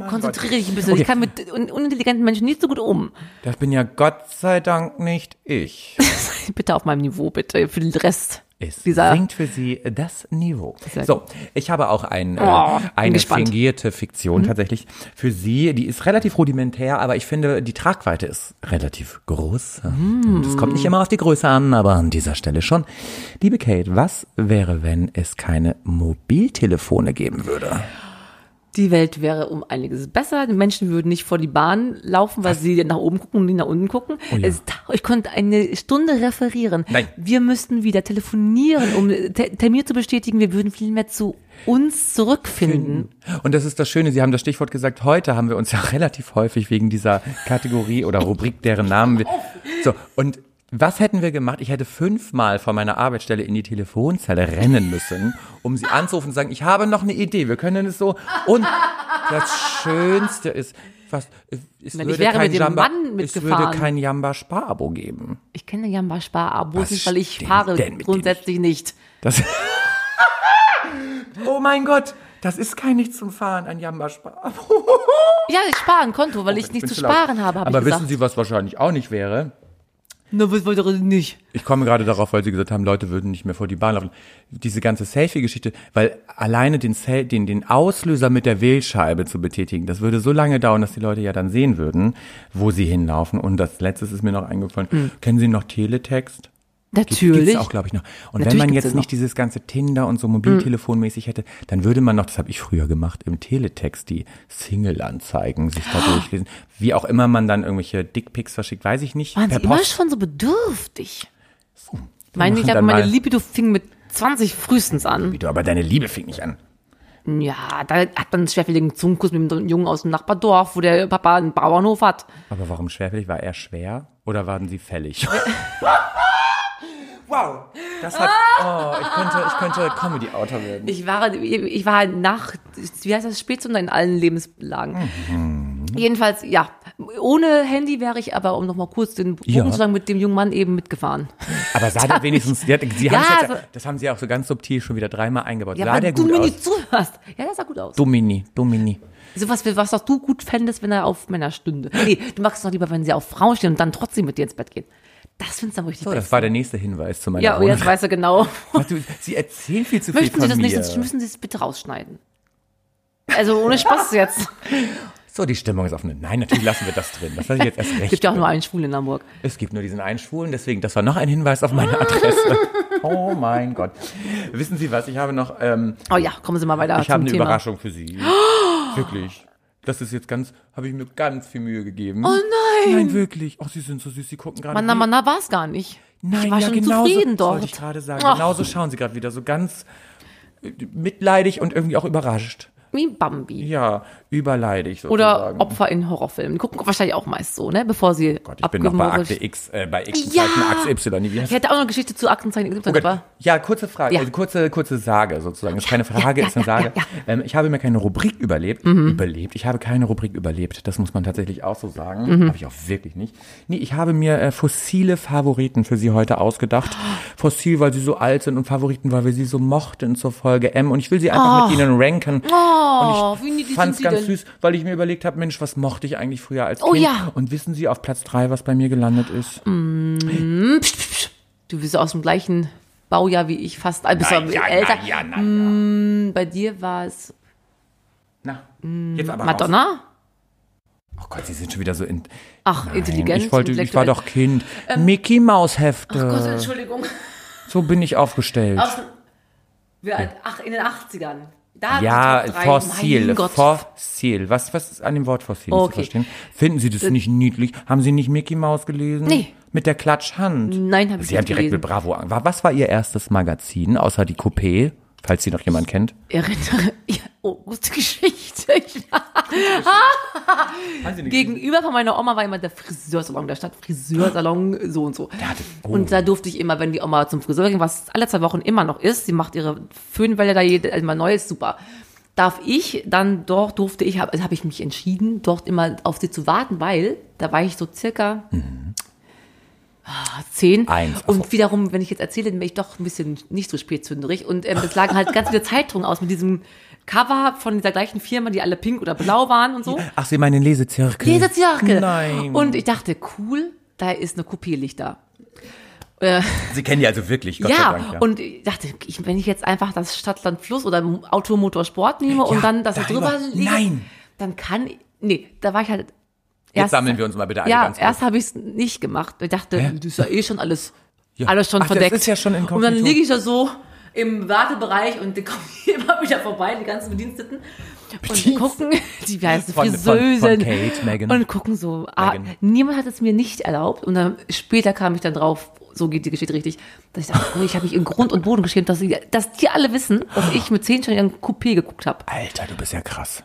[SPEAKER 2] Konzentriere dich ein bisschen.
[SPEAKER 1] Oh, Okay.
[SPEAKER 2] Ich kann mit un unintelligenten Menschen nicht so gut um.
[SPEAKER 1] Das bin ja Gott sei Dank nicht ich.
[SPEAKER 2] Bitte auf meinem Niveau, bitte, für den Rest.
[SPEAKER 1] Es
[SPEAKER 2] Dieser-
[SPEAKER 1] sinkt für sie das Niveau.
[SPEAKER 2] Sehr
[SPEAKER 1] So, ich habe auch ein, äh,
[SPEAKER 2] Oh, bin
[SPEAKER 1] eine
[SPEAKER 2] gespannt. Mhm.
[SPEAKER 1] fingierte Fiktion tatsächlich für sie. Die ist relativ rudimentär, aber ich finde, die Tragweite ist relativ groß.
[SPEAKER 2] Mhm.
[SPEAKER 1] Das kommt nicht immer auf die Größe an, aber an dieser Stelle schon. Liebe Kate, was wäre, wenn es keine Mobiltelefone geben würde?
[SPEAKER 2] Die Welt wäre um einiges besser. Die Menschen würden nicht vor die Bahn laufen, weil sie nach oben gucken und nicht nach unten gucken.
[SPEAKER 1] Oh ja.
[SPEAKER 2] es, ich konnte eine Stunde referieren.
[SPEAKER 1] Nein.
[SPEAKER 2] Wir müssten wieder telefonieren, um Te Termine zu bestätigen. Wir würden viel mehr zu uns zurückfinden.
[SPEAKER 1] Und das ist das Schöne, Sie haben das Stichwort gesagt, heute haben wir uns ja relativ häufig wegen dieser Kategorie oder Rubrik, deren Namen wir. So, und was hätten wir gemacht? Ich hätte fünfmal von meiner Arbeitsstelle in die Telefonzelle rennen müssen, um sie anzurufen und zu sagen, ich habe noch eine Idee, wir können es so. Und das Schönste ist, was, es
[SPEAKER 2] Wenn ich
[SPEAKER 1] würde
[SPEAKER 2] wäre
[SPEAKER 1] kein
[SPEAKER 2] mit dem
[SPEAKER 1] Jamba,
[SPEAKER 2] Mann
[SPEAKER 1] es
[SPEAKER 2] mitgefahren.
[SPEAKER 1] würde kein Jamba Sparabo geben.
[SPEAKER 2] Ich kenne Jamba Sparabos
[SPEAKER 1] Was
[SPEAKER 2] nicht, weil ich
[SPEAKER 1] stimmt
[SPEAKER 2] fahre
[SPEAKER 1] denn mit dir
[SPEAKER 2] grundsätzlich nicht.
[SPEAKER 1] Das oh mein Gott, das ist kein Nichts zum Fahren, ein Jamba Sparabo.
[SPEAKER 2] Ja, ich spare ein Konto, weil ich
[SPEAKER 1] Oh, bin
[SPEAKER 2] nichts zu
[SPEAKER 1] zu laut.
[SPEAKER 2] sparen habe, habe
[SPEAKER 1] Aber
[SPEAKER 2] ich
[SPEAKER 1] wissen
[SPEAKER 2] gesagt.
[SPEAKER 1] Sie, was wahrscheinlich auch nicht wäre?
[SPEAKER 2] Na, was wollt ihr nicht?
[SPEAKER 1] Ich komme gerade darauf, weil Sie gesagt haben, Leute würden nicht mehr vor die Bahn laufen. Diese ganze Selfie-Geschichte, weil alleine den, Sel den, den Auslöser mit der Wählscheibe zu betätigen, das würde so lange dauern, dass die Leute ja dann sehen würden, wo sie hinlaufen. Und das Letzte ist mir noch eingefallen.
[SPEAKER 2] Hm.
[SPEAKER 1] Kennen Sie noch Teletext?
[SPEAKER 2] Natürlich.
[SPEAKER 1] Gibt's auch, glaube ich, noch. Und
[SPEAKER 2] Natürlich
[SPEAKER 1] wenn man
[SPEAKER 2] gibt's
[SPEAKER 1] jetzt
[SPEAKER 2] das
[SPEAKER 1] nicht
[SPEAKER 2] noch. Hm.
[SPEAKER 1] dieses ganze Tinder und so mobiltelefonmäßig hätte, dann würde man noch, das habe ich früher gemacht, im Teletext die Single-Anzeigen sich da
[SPEAKER 2] Ah.
[SPEAKER 1] durchlesen. Wie auch immer man dann irgendwelche Dickpics verschickt, weiß ich nicht.
[SPEAKER 2] Waren
[SPEAKER 1] per
[SPEAKER 2] sie immer
[SPEAKER 1] Post.
[SPEAKER 2] schon so bedürftig?
[SPEAKER 1] Wir
[SPEAKER 2] Meine,
[SPEAKER 1] machen
[SPEAKER 2] ich habe
[SPEAKER 1] dann
[SPEAKER 2] meine
[SPEAKER 1] mal-
[SPEAKER 2] Libido fing mit 20 frühestens an.
[SPEAKER 1] Du, aber deine Liebe fing nicht an.
[SPEAKER 2] Ja, da hat man einen schwerfälligen Zungenkuss mit einem Jungen aus dem Nachbardorf, wo der Papa einen Bauernhof hat.
[SPEAKER 1] Aber warum schwerfällig? War er schwer oder waren sie fällig? wow, das hat. Oh, ich könnte, ich könnte Comedy-Autor werden.
[SPEAKER 2] Ich war, ich war halt nach, wie heißt das, Spätsünder in allen Lebenslagen.
[SPEAKER 1] Mhm.
[SPEAKER 2] Jedenfalls, ja. Ohne Handy wäre ich aber, um nochmal kurz den Bogen
[SPEAKER 1] Ja.
[SPEAKER 2] zu sagen, mit dem jungen Mann eben mitgefahren.
[SPEAKER 1] Aber sah der wenigstens, der, sie
[SPEAKER 2] Ja,
[SPEAKER 1] haben's jetzt,
[SPEAKER 2] so-
[SPEAKER 1] das haben sie auch so ganz subtil schon wieder dreimal eingebaut.
[SPEAKER 2] Ja,
[SPEAKER 1] sah
[SPEAKER 2] weil
[SPEAKER 1] der
[SPEAKER 2] du
[SPEAKER 1] gut
[SPEAKER 2] mir
[SPEAKER 1] aus?
[SPEAKER 2] nicht zuhörst. Ja, das sah gut aus.
[SPEAKER 1] Domini, Domini.
[SPEAKER 2] So was, was doch du gut fändest, wenn er auf Männer stünde. Nee, du magst es doch lieber, wenn sie auf Frauen stehen und dann trotzdem mit dir ins Bett gehen. Das findest du dann richtig
[SPEAKER 1] So,
[SPEAKER 2] besser.
[SPEAKER 1] das war der nächste Hinweis zu meiner
[SPEAKER 2] Ja, und
[SPEAKER 1] Wohnung.
[SPEAKER 2] jetzt weißt du genau.
[SPEAKER 1] Ach, du, sie erzählen viel zu viel
[SPEAKER 2] Möchten
[SPEAKER 1] von
[SPEAKER 2] Sie das
[SPEAKER 1] mir.
[SPEAKER 2] nicht, sonst müssen Sie es bitte rausschneiden. Also ohne Spaß jetzt.
[SPEAKER 1] so, die Stimmung ist offen. Nein, natürlich lassen wir das drin. Das lasse ich jetzt erst
[SPEAKER 2] Es gibt
[SPEAKER 1] recht.
[SPEAKER 2] ja auch nur einen Schwulen in Hamburg.
[SPEAKER 1] Es gibt nur diesen einen Schwulen, deswegen, das war noch ein Hinweis auf meine Adresse. Oh mein Gott. Wissen Sie was? Ich habe noch, ähm,
[SPEAKER 2] Oh ja, kommen Sie mal weiter
[SPEAKER 1] ich
[SPEAKER 2] zum
[SPEAKER 1] habe eine
[SPEAKER 2] Thema.
[SPEAKER 1] Überraschung für Sie. Wirklich. Das ist jetzt ganz, habe ich mir ganz viel Mühe gegeben.
[SPEAKER 2] Oh nein.
[SPEAKER 1] Nein, wirklich. Ach, Sie sind so süß, Sie gucken gerade.
[SPEAKER 2] Mann, na,
[SPEAKER 1] wie-
[SPEAKER 2] Mann, na, war es gar nicht.
[SPEAKER 1] Nein,
[SPEAKER 2] ich war
[SPEAKER 1] ja,
[SPEAKER 2] schon
[SPEAKER 1] genauso,
[SPEAKER 2] zufrieden
[SPEAKER 1] das Wollte ich
[SPEAKER 2] dort. Oh.
[SPEAKER 1] gerade sagen.
[SPEAKER 2] Ach.
[SPEAKER 1] Genauso schauen Sie gerade wieder, so ganz äh, mitleidig und irgendwie auch überrascht.
[SPEAKER 2] Wie Bambi.
[SPEAKER 1] Ja, überleidig sozusagen. Oh
[SPEAKER 2] Oder Opfer in Horrorfilmen. Die gucken wahrscheinlich auch meist so, ne? Bevor sie
[SPEAKER 1] Gott, ich bin noch bei
[SPEAKER 2] abgemurkelt-
[SPEAKER 1] Akte X, äh, bei X
[SPEAKER 2] Ja!
[SPEAKER 1] Akte Y. Wie
[SPEAKER 2] Ich
[SPEAKER 1] heißt
[SPEAKER 2] hätte auch noch eine Geschichte zu Aktenzeichen XY,
[SPEAKER 1] Oh Gott.
[SPEAKER 2] aber
[SPEAKER 1] Ja, kurze Frage,
[SPEAKER 2] Ja.
[SPEAKER 1] äh, kurze, kurze Sage sozusagen. Ist keine Frage,
[SPEAKER 2] ja,
[SPEAKER 1] ist eine
[SPEAKER 2] ja,
[SPEAKER 1] Sage.
[SPEAKER 2] ja, Mhm.
[SPEAKER 1] Ähm, ich habe mir keine Rubrik überlebt. Überlebt. Ich habe keine Rubrik überlebt. Das muss man tatsächlich auch so sagen.
[SPEAKER 2] Mhm.
[SPEAKER 1] Habe ich auch wirklich nicht. Nee, ich habe mir äh, fossile Favoriten für sie heute ausgedacht. Fossil, weil sie so alt sind und Favoriten, weil wir sie so mochten zur Folge M. Und ich will sie einfach mit ihnen ranken.
[SPEAKER 2] Oh,
[SPEAKER 1] und
[SPEAKER 2] wie niedlich
[SPEAKER 1] ich
[SPEAKER 2] sind
[SPEAKER 1] fand es
[SPEAKER 2] sie
[SPEAKER 1] ganz
[SPEAKER 2] denn?
[SPEAKER 1] süß, weil ich mir überlegt habe, Mensch, was mochte ich eigentlich früher als
[SPEAKER 2] Oh
[SPEAKER 1] Kind?
[SPEAKER 2] ja. Hm.
[SPEAKER 1] Und wissen Sie auf Platz drei, was bei mir gelandet ist?
[SPEAKER 2] psch, psch, psch. du bist aus dem gleichen Baujahr wie ich fast. Also Bist du
[SPEAKER 1] ja,
[SPEAKER 2] älter. Hm,
[SPEAKER 1] na, ja, na, ja.
[SPEAKER 2] Bei dir war es
[SPEAKER 1] Na, jetzt aber raus.
[SPEAKER 2] Hm. Madonna?
[SPEAKER 1] Oh Gott, Sie sind schon wieder so in.
[SPEAKER 2] Ach, intelligent.
[SPEAKER 1] ich, wollte, ich war
[SPEAKER 2] intellektuell.
[SPEAKER 1] doch Kind. Mickey Maus Hefte.
[SPEAKER 2] Gott, Entschuldigung.
[SPEAKER 1] so bin ich aufgestellt.
[SPEAKER 2] Wir, ach, in den 80ern. Da
[SPEAKER 1] ja,
[SPEAKER 2] die Top drei.
[SPEAKER 1] fossil,
[SPEAKER 2] Mein Gott.
[SPEAKER 1] fossil. Was, was ist an dem Wort fossil zu
[SPEAKER 2] Okay. Äh,
[SPEAKER 1] verstehen? Finden Sie das nicht niedlich? Haben Sie nicht Mickey Maus gelesen?
[SPEAKER 2] Nee.
[SPEAKER 1] Mit der Klatschhand.
[SPEAKER 2] Nein, habe ich
[SPEAKER 1] Sie haben
[SPEAKER 2] nicht
[SPEAKER 1] direkt mit
[SPEAKER 2] gelesen.
[SPEAKER 1] Bravo an. Wa- Was war Ihr erstes Magazin, außer die Coupé, falls Sie noch jemand kennt?
[SPEAKER 2] Erinnere. Ja, oh, gute Geschichte. Ich- Gegenüber von meiner Oma war immer der Friseursalon, der Stadtfriseursalon, so und so.
[SPEAKER 1] hatte- oh.
[SPEAKER 2] Und da durfte ich immer, wenn die Oma zum Friseur ging, was alle zwei Wochen immer noch ist, sie macht ihre Föhnwelle da jede, also immer neu, ist super. Darf ich dann dort, durfte ich, habe also hab ich mich entschieden, dort immer auf sie zu warten, weil da war ich so circa ah, zehn.
[SPEAKER 1] Mhm. Eins.
[SPEAKER 2] Und wiederum, wenn ich jetzt erzähle, bin ich doch ein bisschen nicht so spätzünderig. Und ähm, es lagen halt ganz viele Zeitungen aus mit diesem Cover von dieser gleichen Firma, die alle pink oder blau waren und so.
[SPEAKER 1] Ach, sie meinen Lesezirkel.
[SPEAKER 2] Dieser Zirkel.
[SPEAKER 1] Hm. Nein.
[SPEAKER 2] Und ich dachte, cool, da ist eine Kopierlichter.
[SPEAKER 1] Sie kennen die also wirklich, Gott sei
[SPEAKER 2] ja,
[SPEAKER 1] Dank.
[SPEAKER 2] und ich dachte, ich, wenn ich jetzt einfach das Stadtland Fluss oder Automotorsport nehme
[SPEAKER 1] Ja,
[SPEAKER 2] und dann das
[SPEAKER 1] darüber-
[SPEAKER 2] drüber lege,
[SPEAKER 1] nein.
[SPEAKER 2] dann kann ich, nee, da war ich halt.
[SPEAKER 1] Jetzt sammeln wir uns mal bitte alle
[SPEAKER 2] Ja,
[SPEAKER 1] ganz kurz.
[SPEAKER 2] erst habe ich es nicht gemacht. Ich dachte,
[SPEAKER 1] Hä?
[SPEAKER 2] das ist ja eh schon alles, alles schon
[SPEAKER 1] Ach, das
[SPEAKER 2] verdeckt.
[SPEAKER 1] ist ja schon
[SPEAKER 2] und dann
[SPEAKER 1] inkognito.
[SPEAKER 2] liege ich da so im Wartebereich und die kommen immer wieder vorbei, die ganzen Bediensteten. Und die gucken, die wie heißt die
[SPEAKER 1] Von- von- von
[SPEAKER 2] Friseusen.
[SPEAKER 1] Kate, Meghan.
[SPEAKER 2] Und gucken so, ah,
[SPEAKER 1] Meghan.
[SPEAKER 2] niemand hat es mir nicht erlaubt. Und dann später kam ich dann drauf, so geht die Geschichte richtig, dass ich dachte, oh, ich habe mich in Grund und Boden geschämt, dass, die- dass die alle wissen, dass ich mit zehn schon in ein Coupé geguckt habe.
[SPEAKER 1] Alter, du bist ja krass.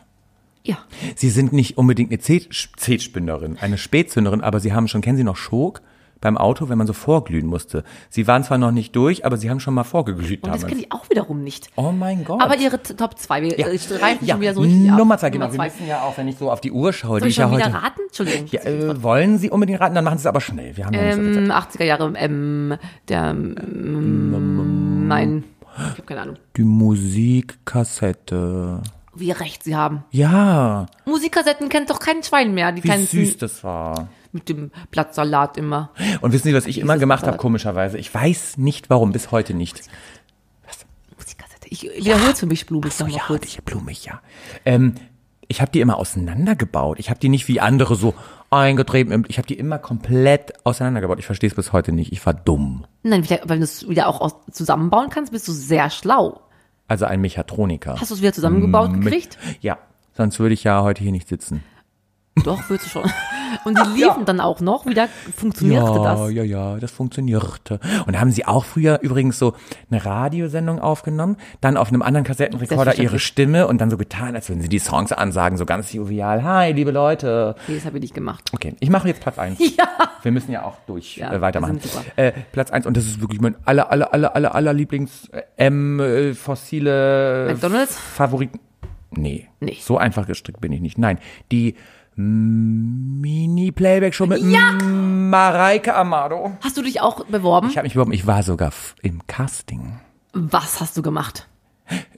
[SPEAKER 2] Ja.
[SPEAKER 1] Sie sind nicht unbedingt eine Zet- Zetspinderin, eine Spätzünderin, aber Sie haben schon, kennen Sie noch Schok? Beim Auto, wenn man so vorglühen musste. Sie waren zwar noch nicht durch, aber Sie haben schon mal vorgeglüht
[SPEAKER 2] Und das
[SPEAKER 1] damals.
[SPEAKER 2] kenne ich auch wiederum nicht.
[SPEAKER 1] Oh mein Gott.
[SPEAKER 2] Aber ihre T- Top 2, wir
[SPEAKER 1] Ja.
[SPEAKER 2] äh, streifen
[SPEAKER 1] ja.
[SPEAKER 2] schon wieder so richtig ab.
[SPEAKER 1] Nummer zwei, genau.
[SPEAKER 2] Nummer
[SPEAKER 1] Wir müssen ja auch, wenn ich so auf die Uhr schaue,
[SPEAKER 2] Soll
[SPEAKER 1] die
[SPEAKER 2] ich
[SPEAKER 1] ich ja
[SPEAKER 2] schon wieder
[SPEAKER 1] heute...
[SPEAKER 2] raten? Entschuldigung.
[SPEAKER 1] Ja, äh, wollen Sie unbedingt raten, dann machen Sie es aber schnell. Wir haben ja nicht so viel Zeit.
[SPEAKER 2] ähm, 80er Jahre, ähm, der,
[SPEAKER 1] Mm,
[SPEAKER 2] ähm, nein, ich habe keine Ahnung.
[SPEAKER 1] Die Musikkassette.
[SPEAKER 2] Wie recht sie haben.
[SPEAKER 1] Ja,
[SPEAKER 2] Musikkassetten kennt doch kein Schwein mehr. Die
[SPEAKER 1] wie
[SPEAKER 2] kleinen
[SPEAKER 1] süß das war.
[SPEAKER 2] mit dem Blattsalat immer.
[SPEAKER 1] Und wissen Sie, was ich immer
[SPEAKER 2] das
[SPEAKER 1] gemacht habe,
[SPEAKER 2] Salat.
[SPEAKER 1] komischerweise? Ich weiß nicht warum, bis heute nicht.
[SPEAKER 2] Musikkassette. Ich wiederhole es für mich, Blume.
[SPEAKER 1] So,
[SPEAKER 2] noch mal
[SPEAKER 1] Oh ja,
[SPEAKER 2] kurz.
[SPEAKER 1] diese blumig, ja. Ähm, ich habe die immer auseinandergebaut. Ich habe die nicht wie andere so eingetrieben. im- Ich habe die immer komplett auseinandergebaut. Ich verstehe es bis heute nicht. Ich war dumm.
[SPEAKER 2] Nein, vielleicht, wenn du es wieder auch aus, zusammenbauen kannst, bist du sehr schlau.
[SPEAKER 1] Also ein Mechatroniker.
[SPEAKER 2] Hast du es wieder zusammengebaut
[SPEAKER 1] Mm, Mit-
[SPEAKER 2] gekriegt?
[SPEAKER 1] Ja, sonst würde ich ja heute hier nicht sitzen.
[SPEAKER 2] Doch, würdest du schon. Und die liefen dann auch noch. Wieder funktionierte
[SPEAKER 1] ja,
[SPEAKER 2] das.
[SPEAKER 1] Ja, ja, das funktionierte. Und da haben sie auch früher übrigens so eine Radiosendung aufgenommen, dann auf einem anderen Kassettenrekorder ihre
[SPEAKER 2] Selbstverständlich.
[SPEAKER 1] Stimme und dann so getan, als würden sie die Songs ansagen, so ganz jovial. Hi, liebe Leute.
[SPEAKER 2] Nee, das habe ich nicht gemacht.
[SPEAKER 1] Okay, ich mache jetzt Platz eins. Ja. Wir müssen ja auch durch
[SPEAKER 2] Ja,
[SPEAKER 1] äh, weitermachen.
[SPEAKER 2] wir sind super.
[SPEAKER 1] Äh, Platz eins und das ist wirklich mein aller, aller, aller, aller, aller Lieblings äh, M äh, fossile
[SPEAKER 2] McDonald's?
[SPEAKER 1] Favoriten. Nee.
[SPEAKER 2] Nee.
[SPEAKER 1] So einfach gestrickt bin ich nicht. Nein, die Mini-Playback-Show mit
[SPEAKER 2] Ja.
[SPEAKER 1] Mareike Amado.
[SPEAKER 2] Hast du dich auch beworben?
[SPEAKER 1] Ich habe mich beworben, ich war sogar f- im Casting.
[SPEAKER 2] Was hast du gemacht?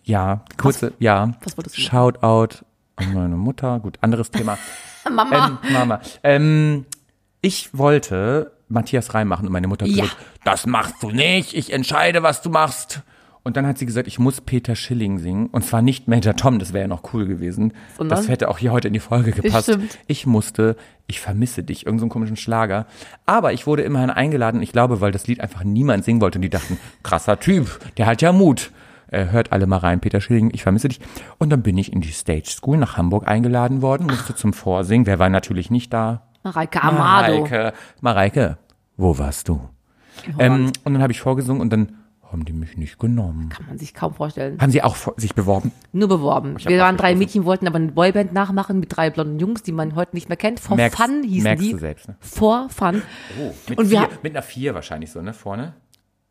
[SPEAKER 1] Ja, kurze, ja.
[SPEAKER 2] was wolltest du
[SPEAKER 1] Shoutout an meine Mutter. Gut, anderes Thema.
[SPEAKER 2] Mama.
[SPEAKER 1] ähm, Mama. Ähm, ich wollte Matthias Reim machen und meine Mutter hat
[SPEAKER 2] Ja.
[SPEAKER 1] gesagt, das machst du nicht, ich entscheide, was du machst. Und dann hat sie gesagt, ich muss Peter Schilling singen. Und zwar nicht Major Tom, das wäre ja noch cool gewesen.
[SPEAKER 2] Sondern?
[SPEAKER 1] Das hätte auch hier heute in die Folge gepasst.
[SPEAKER 2] Stimmt.
[SPEAKER 1] Ich musste, ich vermisse dich, irgendeinen so einen komischen Schlager. Aber ich wurde immerhin eingeladen, ich glaube, weil das Lied einfach niemand singen wollte. Und die dachten, krasser Typ, der hat ja Mut. Äh, hört alle mal rein, Peter Schilling, ich vermisse dich. Und dann bin ich in die Stage School nach Hamburg eingeladen worden, musste zum Vorsingen. Wer war natürlich nicht da?
[SPEAKER 2] Mareike Amado.
[SPEAKER 1] Mareike, Mareike wo warst du?
[SPEAKER 2] Oh
[SPEAKER 1] Ähm, und dann habe ich vorgesungen und dann haben die mich nicht genommen.
[SPEAKER 2] Kann man sich kaum vorstellen.
[SPEAKER 1] Haben sie auch vor- sich beworben?
[SPEAKER 2] Nur beworben.
[SPEAKER 1] hab
[SPEAKER 2] Wir waren drei
[SPEAKER 1] aufgerufen.
[SPEAKER 2] Mädchen, wollten aber eine Boyband nachmachen mit drei blonden Jungs, die man heute nicht mehr kennt. For
[SPEAKER 1] Merkst-
[SPEAKER 2] Oh, Fun hießen
[SPEAKER 1] merkst
[SPEAKER 2] die.
[SPEAKER 1] du selbst, ne?
[SPEAKER 2] For Fun.
[SPEAKER 1] Oh, mit,
[SPEAKER 2] Und wir- vier-
[SPEAKER 1] mit einer 4 wahrscheinlich so, ne? Vorne?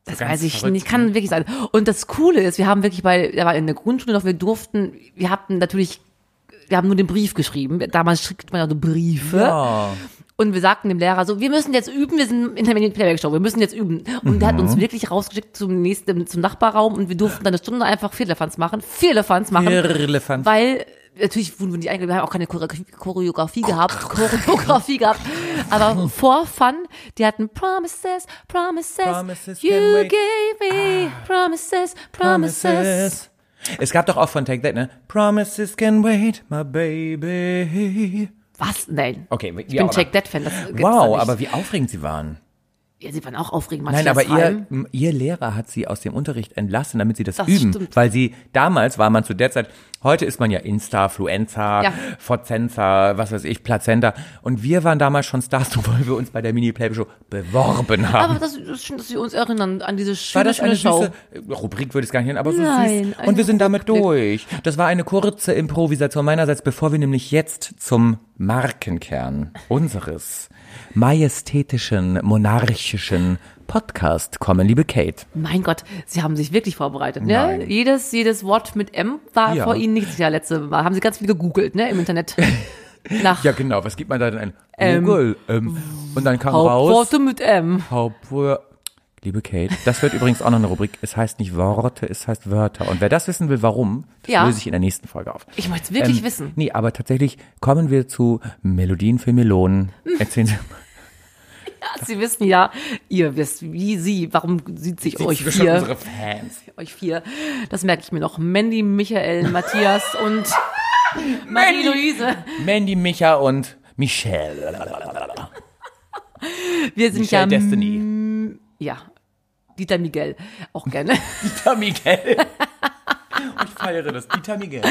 [SPEAKER 2] Das
[SPEAKER 1] Ganz
[SPEAKER 2] weiß ich
[SPEAKER 1] verrückt,
[SPEAKER 2] nicht, kann wirklich sein. Und das Coole ist, wir haben wirklich bei, da war in der Grundschule noch, wir durften, wir hatten natürlich, wir haben nur den Brief geschrieben. Damals schickt man ja so Briefe.
[SPEAKER 1] Oh.
[SPEAKER 2] Und wir sagten dem Lehrer so, wir müssen jetzt üben, wir sind in der Mini Playback Show, wir müssen jetzt üben. Und der hat uns
[SPEAKER 1] Mhm.
[SPEAKER 2] wirklich rausgeschickt zum nächsten, zum Nachbarraum und wir durften dann eine Stunde einfach Viertelefants machen, Viertelefants machen.
[SPEAKER 1] Irrelevant.
[SPEAKER 2] Weil natürlich wurden wir nicht eingeladen, wir haben auch keine Choreografie, Choreografie gehabt,
[SPEAKER 1] Oh
[SPEAKER 2] Choreografie gehabt, aber for fun, die hatten Promises, Promises,
[SPEAKER 1] Promises
[SPEAKER 2] you
[SPEAKER 1] can wait. Ah.
[SPEAKER 2] gave me Promises, Promises.
[SPEAKER 1] Promises. Es gab doch auch von Take That, ne? Promises can wait, my baby.
[SPEAKER 2] Was? Nein.
[SPEAKER 1] Okay, wie
[SPEAKER 2] Ich bin
[SPEAKER 1] auch
[SPEAKER 2] Check
[SPEAKER 1] immer.
[SPEAKER 2] That Fan. Das gibt's doch
[SPEAKER 1] Wow,
[SPEAKER 2] nicht.
[SPEAKER 1] aber wie aufregend sie waren.
[SPEAKER 2] ja, sie waren auch aufregend.
[SPEAKER 1] Nein,
[SPEAKER 2] Matthias
[SPEAKER 1] aber ihr,
[SPEAKER 2] Reim.
[SPEAKER 1] m- ihr Lehrer hat sie aus dem Unterricht entlassen, damit sie das,
[SPEAKER 2] Das
[SPEAKER 1] üben.
[SPEAKER 2] stimmt.
[SPEAKER 1] Weil sie, damals war man zu der Zeit, Heute ist man ja Insta-Fluenza,
[SPEAKER 2] Ja.
[SPEAKER 1] Forzenza, was weiß ich, Plazenta. Und wir waren damals schon Stars, obwohl wir uns bei der Mini-Playback-Show beworben haben.
[SPEAKER 2] Aber das ist schön, dass wir uns erinnern an diese schöne,
[SPEAKER 1] war das
[SPEAKER 2] schöne
[SPEAKER 1] eine also
[SPEAKER 2] Show.
[SPEAKER 1] süße äh, Rubrik würde ich es gar nicht nennen, aber so
[SPEAKER 2] Nein,
[SPEAKER 1] süß. Und wir
[SPEAKER 2] ein
[SPEAKER 1] sind damit
[SPEAKER 2] Rückblick.
[SPEAKER 1] durch. Das war eine kurze Improvisation meinerseits, bevor wir nämlich jetzt zum Markenkern unseres majestätischen, monarchischen Podcast kommen, liebe Kate.
[SPEAKER 2] Mein Gott, Sie haben sich wirklich vorbereitet, ne?
[SPEAKER 1] Nein.
[SPEAKER 2] Jedes, jedes Wort mit M war
[SPEAKER 1] Ja.
[SPEAKER 2] vor Ihnen nicht sicher letzte Mal. Haben Sie ganz viel gegoogelt, ne? Im Internet. Nach
[SPEAKER 1] Ja, genau. Was gibt man da denn ein? Google. Ähm, und dann kam raus.
[SPEAKER 2] Hauptworte mit M.
[SPEAKER 1] Hauptwör Liebe Kate, das wird übrigens auch noch eine Rubrik. Es heißt nicht Worte, es heißt Wörter. Und wer das wissen will, warum, das
[SPEAKER 2] Ja.
[SPEAKER 1] löse ich in der nächsten Folge auf.
[SPEAKER 2] Ich möchte es wirklich
[SPEAKER 1] Ähm,
[SPEAKER 2] wissen.
[SPEAKER 1] Nee, aber tatsächlich kommen wir zu Melodien für Melonen.
[SPEAKER 2] Hm.
[SPEAKER 1] Erzählen Sie mal.
[SPEAKER 2] Ja, Sie wissen ja, ihr wisst, wie Sie, warum sieht sich euch
[SPEAKER 1] Sie schon
[SPEAKER 2] Oh, vier?
[SPEAKER 1] unsere Fans.
[SPEAKER 2] Euch vier. Das merke ich mir noch. Mandy, Michael, Matthias und Marie-Louise.
[SPEAKER 1] Mandy, Micha und Michelle.
[SPEAKER 2] Wir sind
[SPEAKER 1] Michelle
[SPEAKER 2] ja, mm.
[SPEAKER 1] Destiny.
[SPEAKER 2] ja, Dieter Miguel auch gerne.
[SPEAKER 1] Dieter Miguel. Ich feiere das. Dieter Miguel.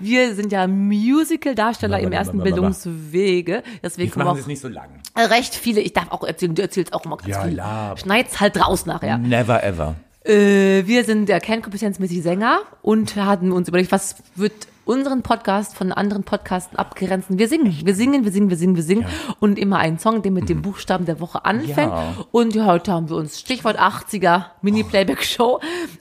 [SPEAKER 2] Wir sind ja Musical-Darsteller im
[SPEAKER 1] Blablabla.
[SPEAKER 2] ersten Bildungswege. Deswegen
[SPEAKER 1] Jetzt
[SPEAKER 2] kommen
[SPEAKER 1] machen Sie es
[SPEAKER 2] auch
[SPEAKER 1] nicht so lang.
[SPEAKER 2] recht viele. Ich darf auch erzählen, du erzählst auch immer ganz
[SPEAKER 1] Ja, Mhm.
[SPEAKER 2] viel.
[SPEAKER 1] ja.
[SPEAKER 2] Schneid's halt raus nachher.
[SPEAKER 1] Never ever.
[SPEAKER 2] Äh, wir sind ja kernkompetenzmäßig Sänger und hatten uns überlegt, was wird unseren Podcast von anderen Podcasten abgrenzen. Wir singen, wir singen, wir singen, wir singen, wir singen und immer einen Song, der mit dem Buchstaben der Woche anfängt.
[SPEAKER 1] Mhm. Ja.
[SPEAKER 2] Und ja, heute haben wir uns Stichwort 80er Mini-Playback-Show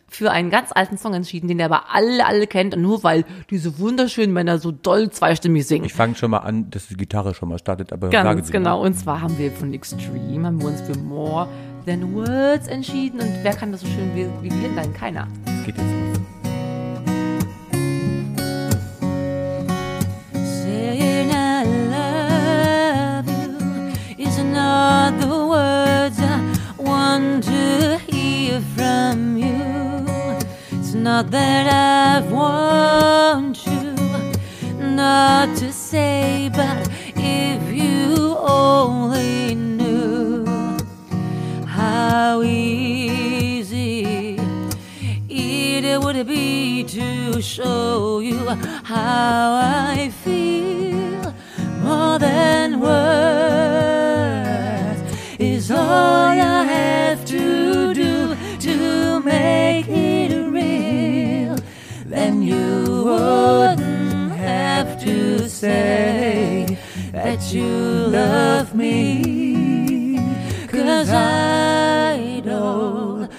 [SPEAKER 2] für einen ganz alten Song entschieden, den ihr aber alle, alle kennt und nur weil diese wunderschönen Männer so doll zweistimmig singen.
[SPEAKER 1] Ich fange schon mal an, dass die Gitarre schon mal startet, aber sagen
[SPEAKER 2] Ganz
[SPEAKER 1] Sie
[SPEAKER 2] genau. Und zwar haben wir von Extreme, haben wir uns für More Than Words entschieden. Und wer kann das so schön wie wie wir? Nein, keiner.
[SPEAKER 1] mal. Es geht jetzt los.
[SPEAKER 2] Saying I love you is not the words I want to hear from you. It's not that I want you not to say, but if you only knew how easy it would be to show you how I feel more than words is all I have to do to make it real. Then you wouldn't have to say that you love me, cause I don't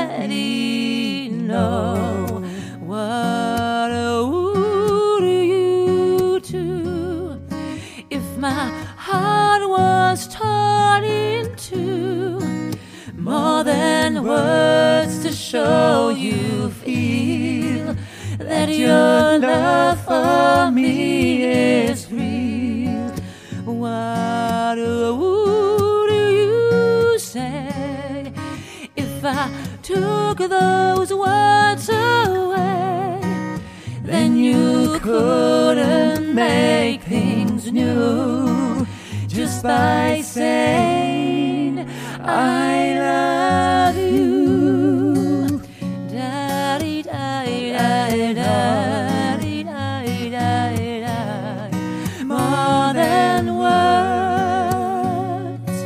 [SPEAKER 2] already know what would you do if my heart was torn into more than words to show you feel that your love for me is real. What would you say if I took those words away? Then you couldn't make things new just by saying I love you. Da-dee-da-dee-da-dee-da-dee-da-dee-da. More than words.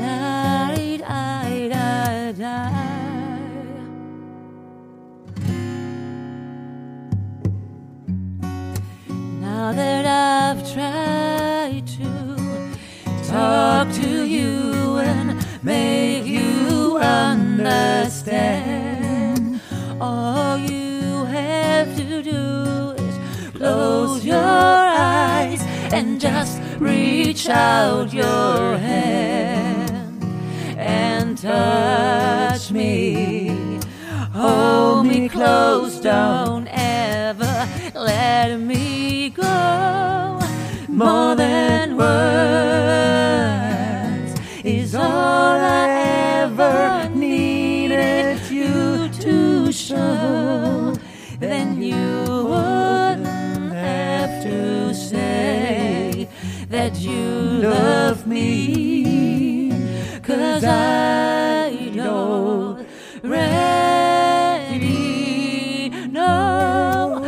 [SPEAKER 2] Da-dee-da-dee-da-da. Now that I've tried to talk to you and make you understand, all you have to do is close your eyes and just reach out your hand and touch me. Hold me close, don't ever let me go. More than words is all I ever needed you to show. Then you wouldn't have to say that you love me. Cause I don't ready know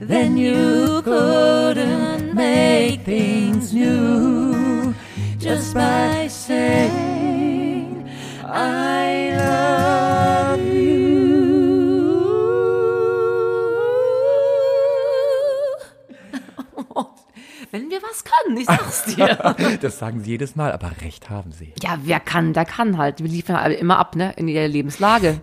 [SPEAKER 3] then you couldn't make things new just by saying I love you.
[SPEAKER 2] Wenn wir was können, ich sag's dir.
[SPEAKER 1] Das sagen sie jedes Mal, aber recht haben sie.
[SPEAKER 2] ja, wer kann, der kann halt. Wir liefern alle immer ab, ne? In jeder Lebenslage.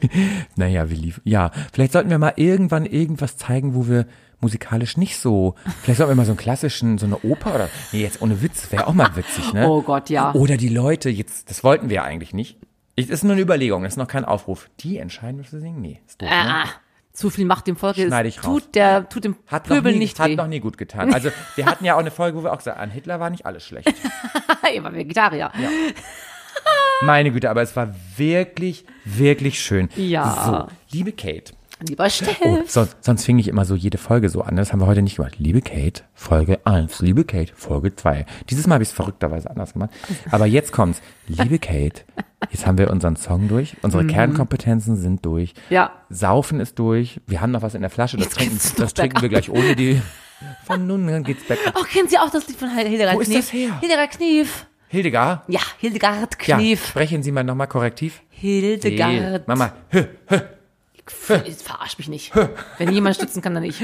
[SPEAKER 1] Naja, wir lief. Ja, vielleicht sollten wir mal irgendwann irgendwas zeigen, wo wir musikalisch nicht so. Vielleicht sollten wir mal so einen klassischen, so eine Oper oder. Nee, jetzt ohne Witz, wäre auch mal witzig, ne?
[SPEAKER 2] Oh Gott, ja.
[SPEAKER 1] Oder die Leute, jetzt, das wollten wir ja eigentlich nicht. Ich, das ist nur eine Überlegung, das ist noch kein Aufruf. Die entscheiden, was wir singen? Nee, ist doof, ne?
[SPEAKER 2] Ah, zu viel Macht dem Volke.
[SPEAKER 1] Schneid
[SPEAKER 2] Es
[SPEAKER 1] ich raus.
[SPEAKER 2] tut der, tut dem
[SPEAKER 1] Hat noch,
[SPEAKER 2] Pöbel
[SPEAKER 1] nie,
[SPEAKER 2] nicht
[SPEAKER 1] hat
[SPEAKER 2] weh.
[SPEAKER 1] noch nie gut getan. Also, wir hatten ja auch eine Folge, wo wir auch gesagt haben, an Hitler war nicht alles schlecht.
[SPEAKER 2] Er war Vegetarier.
[SPEAKER 1] Meine Güte, aber es war wirklich, wirklich schön.
[SPEAKER 2] Ja.
[SPEAKER 1] So, liebe Kate.
[SPEAKER 2] Lieber Steff.
[SPEAKER 1] Oh, sonst, sonst fing ich immer so jede Folge so an. Das haben wir heute nicht gemacht. Liebe Kate, Folge 1. Liebe Kate, Folge 2. Dieses Mal habe ich es verrückterweise anders gemacht. Aber jetzt kommt's. Liebe Kate, jetzt haben wir unseren Song durch. Unsere Kernkompetenzen sind durch.
[SPEAKER 2] Mhm. Ja.
[SPEAKER 1] Saufen ist durch. Wir haben noch was in der Flasche. Das,
[SPEAKER 2] Jetzt
[SPEAKER 1] trinken,
[SPEAKER 2] geht's noch
[SPEAKER 1] das trinken wir gleich ohne die. Von nun an geht's bergab.
[SPEAKER 2] Oh, kennen Sie auch das Lied von Hil- Hildegard
[SPEAKER 1] Wo ist
[SPEAKER 2] Knief?
[SPEAKER 1] das her?
[SPEAKER 2] Hildegard Knief.
[SPEAKER 1] Hildegard?
[SPEAKER 2] Ja, Hildegard
[SPEAKER 1] Ja,
[SPEAKER 2] Knief.
[SPEAKER 1] sprechen Sie mal nochmal korrektiv.
[SPEAKER 2] Hildegard.
[SPEAKER 1] Mama,
[SPEAKER 2] Jetzt Verarsch mich nicht. Wenn jemand stützen kann, dann ich.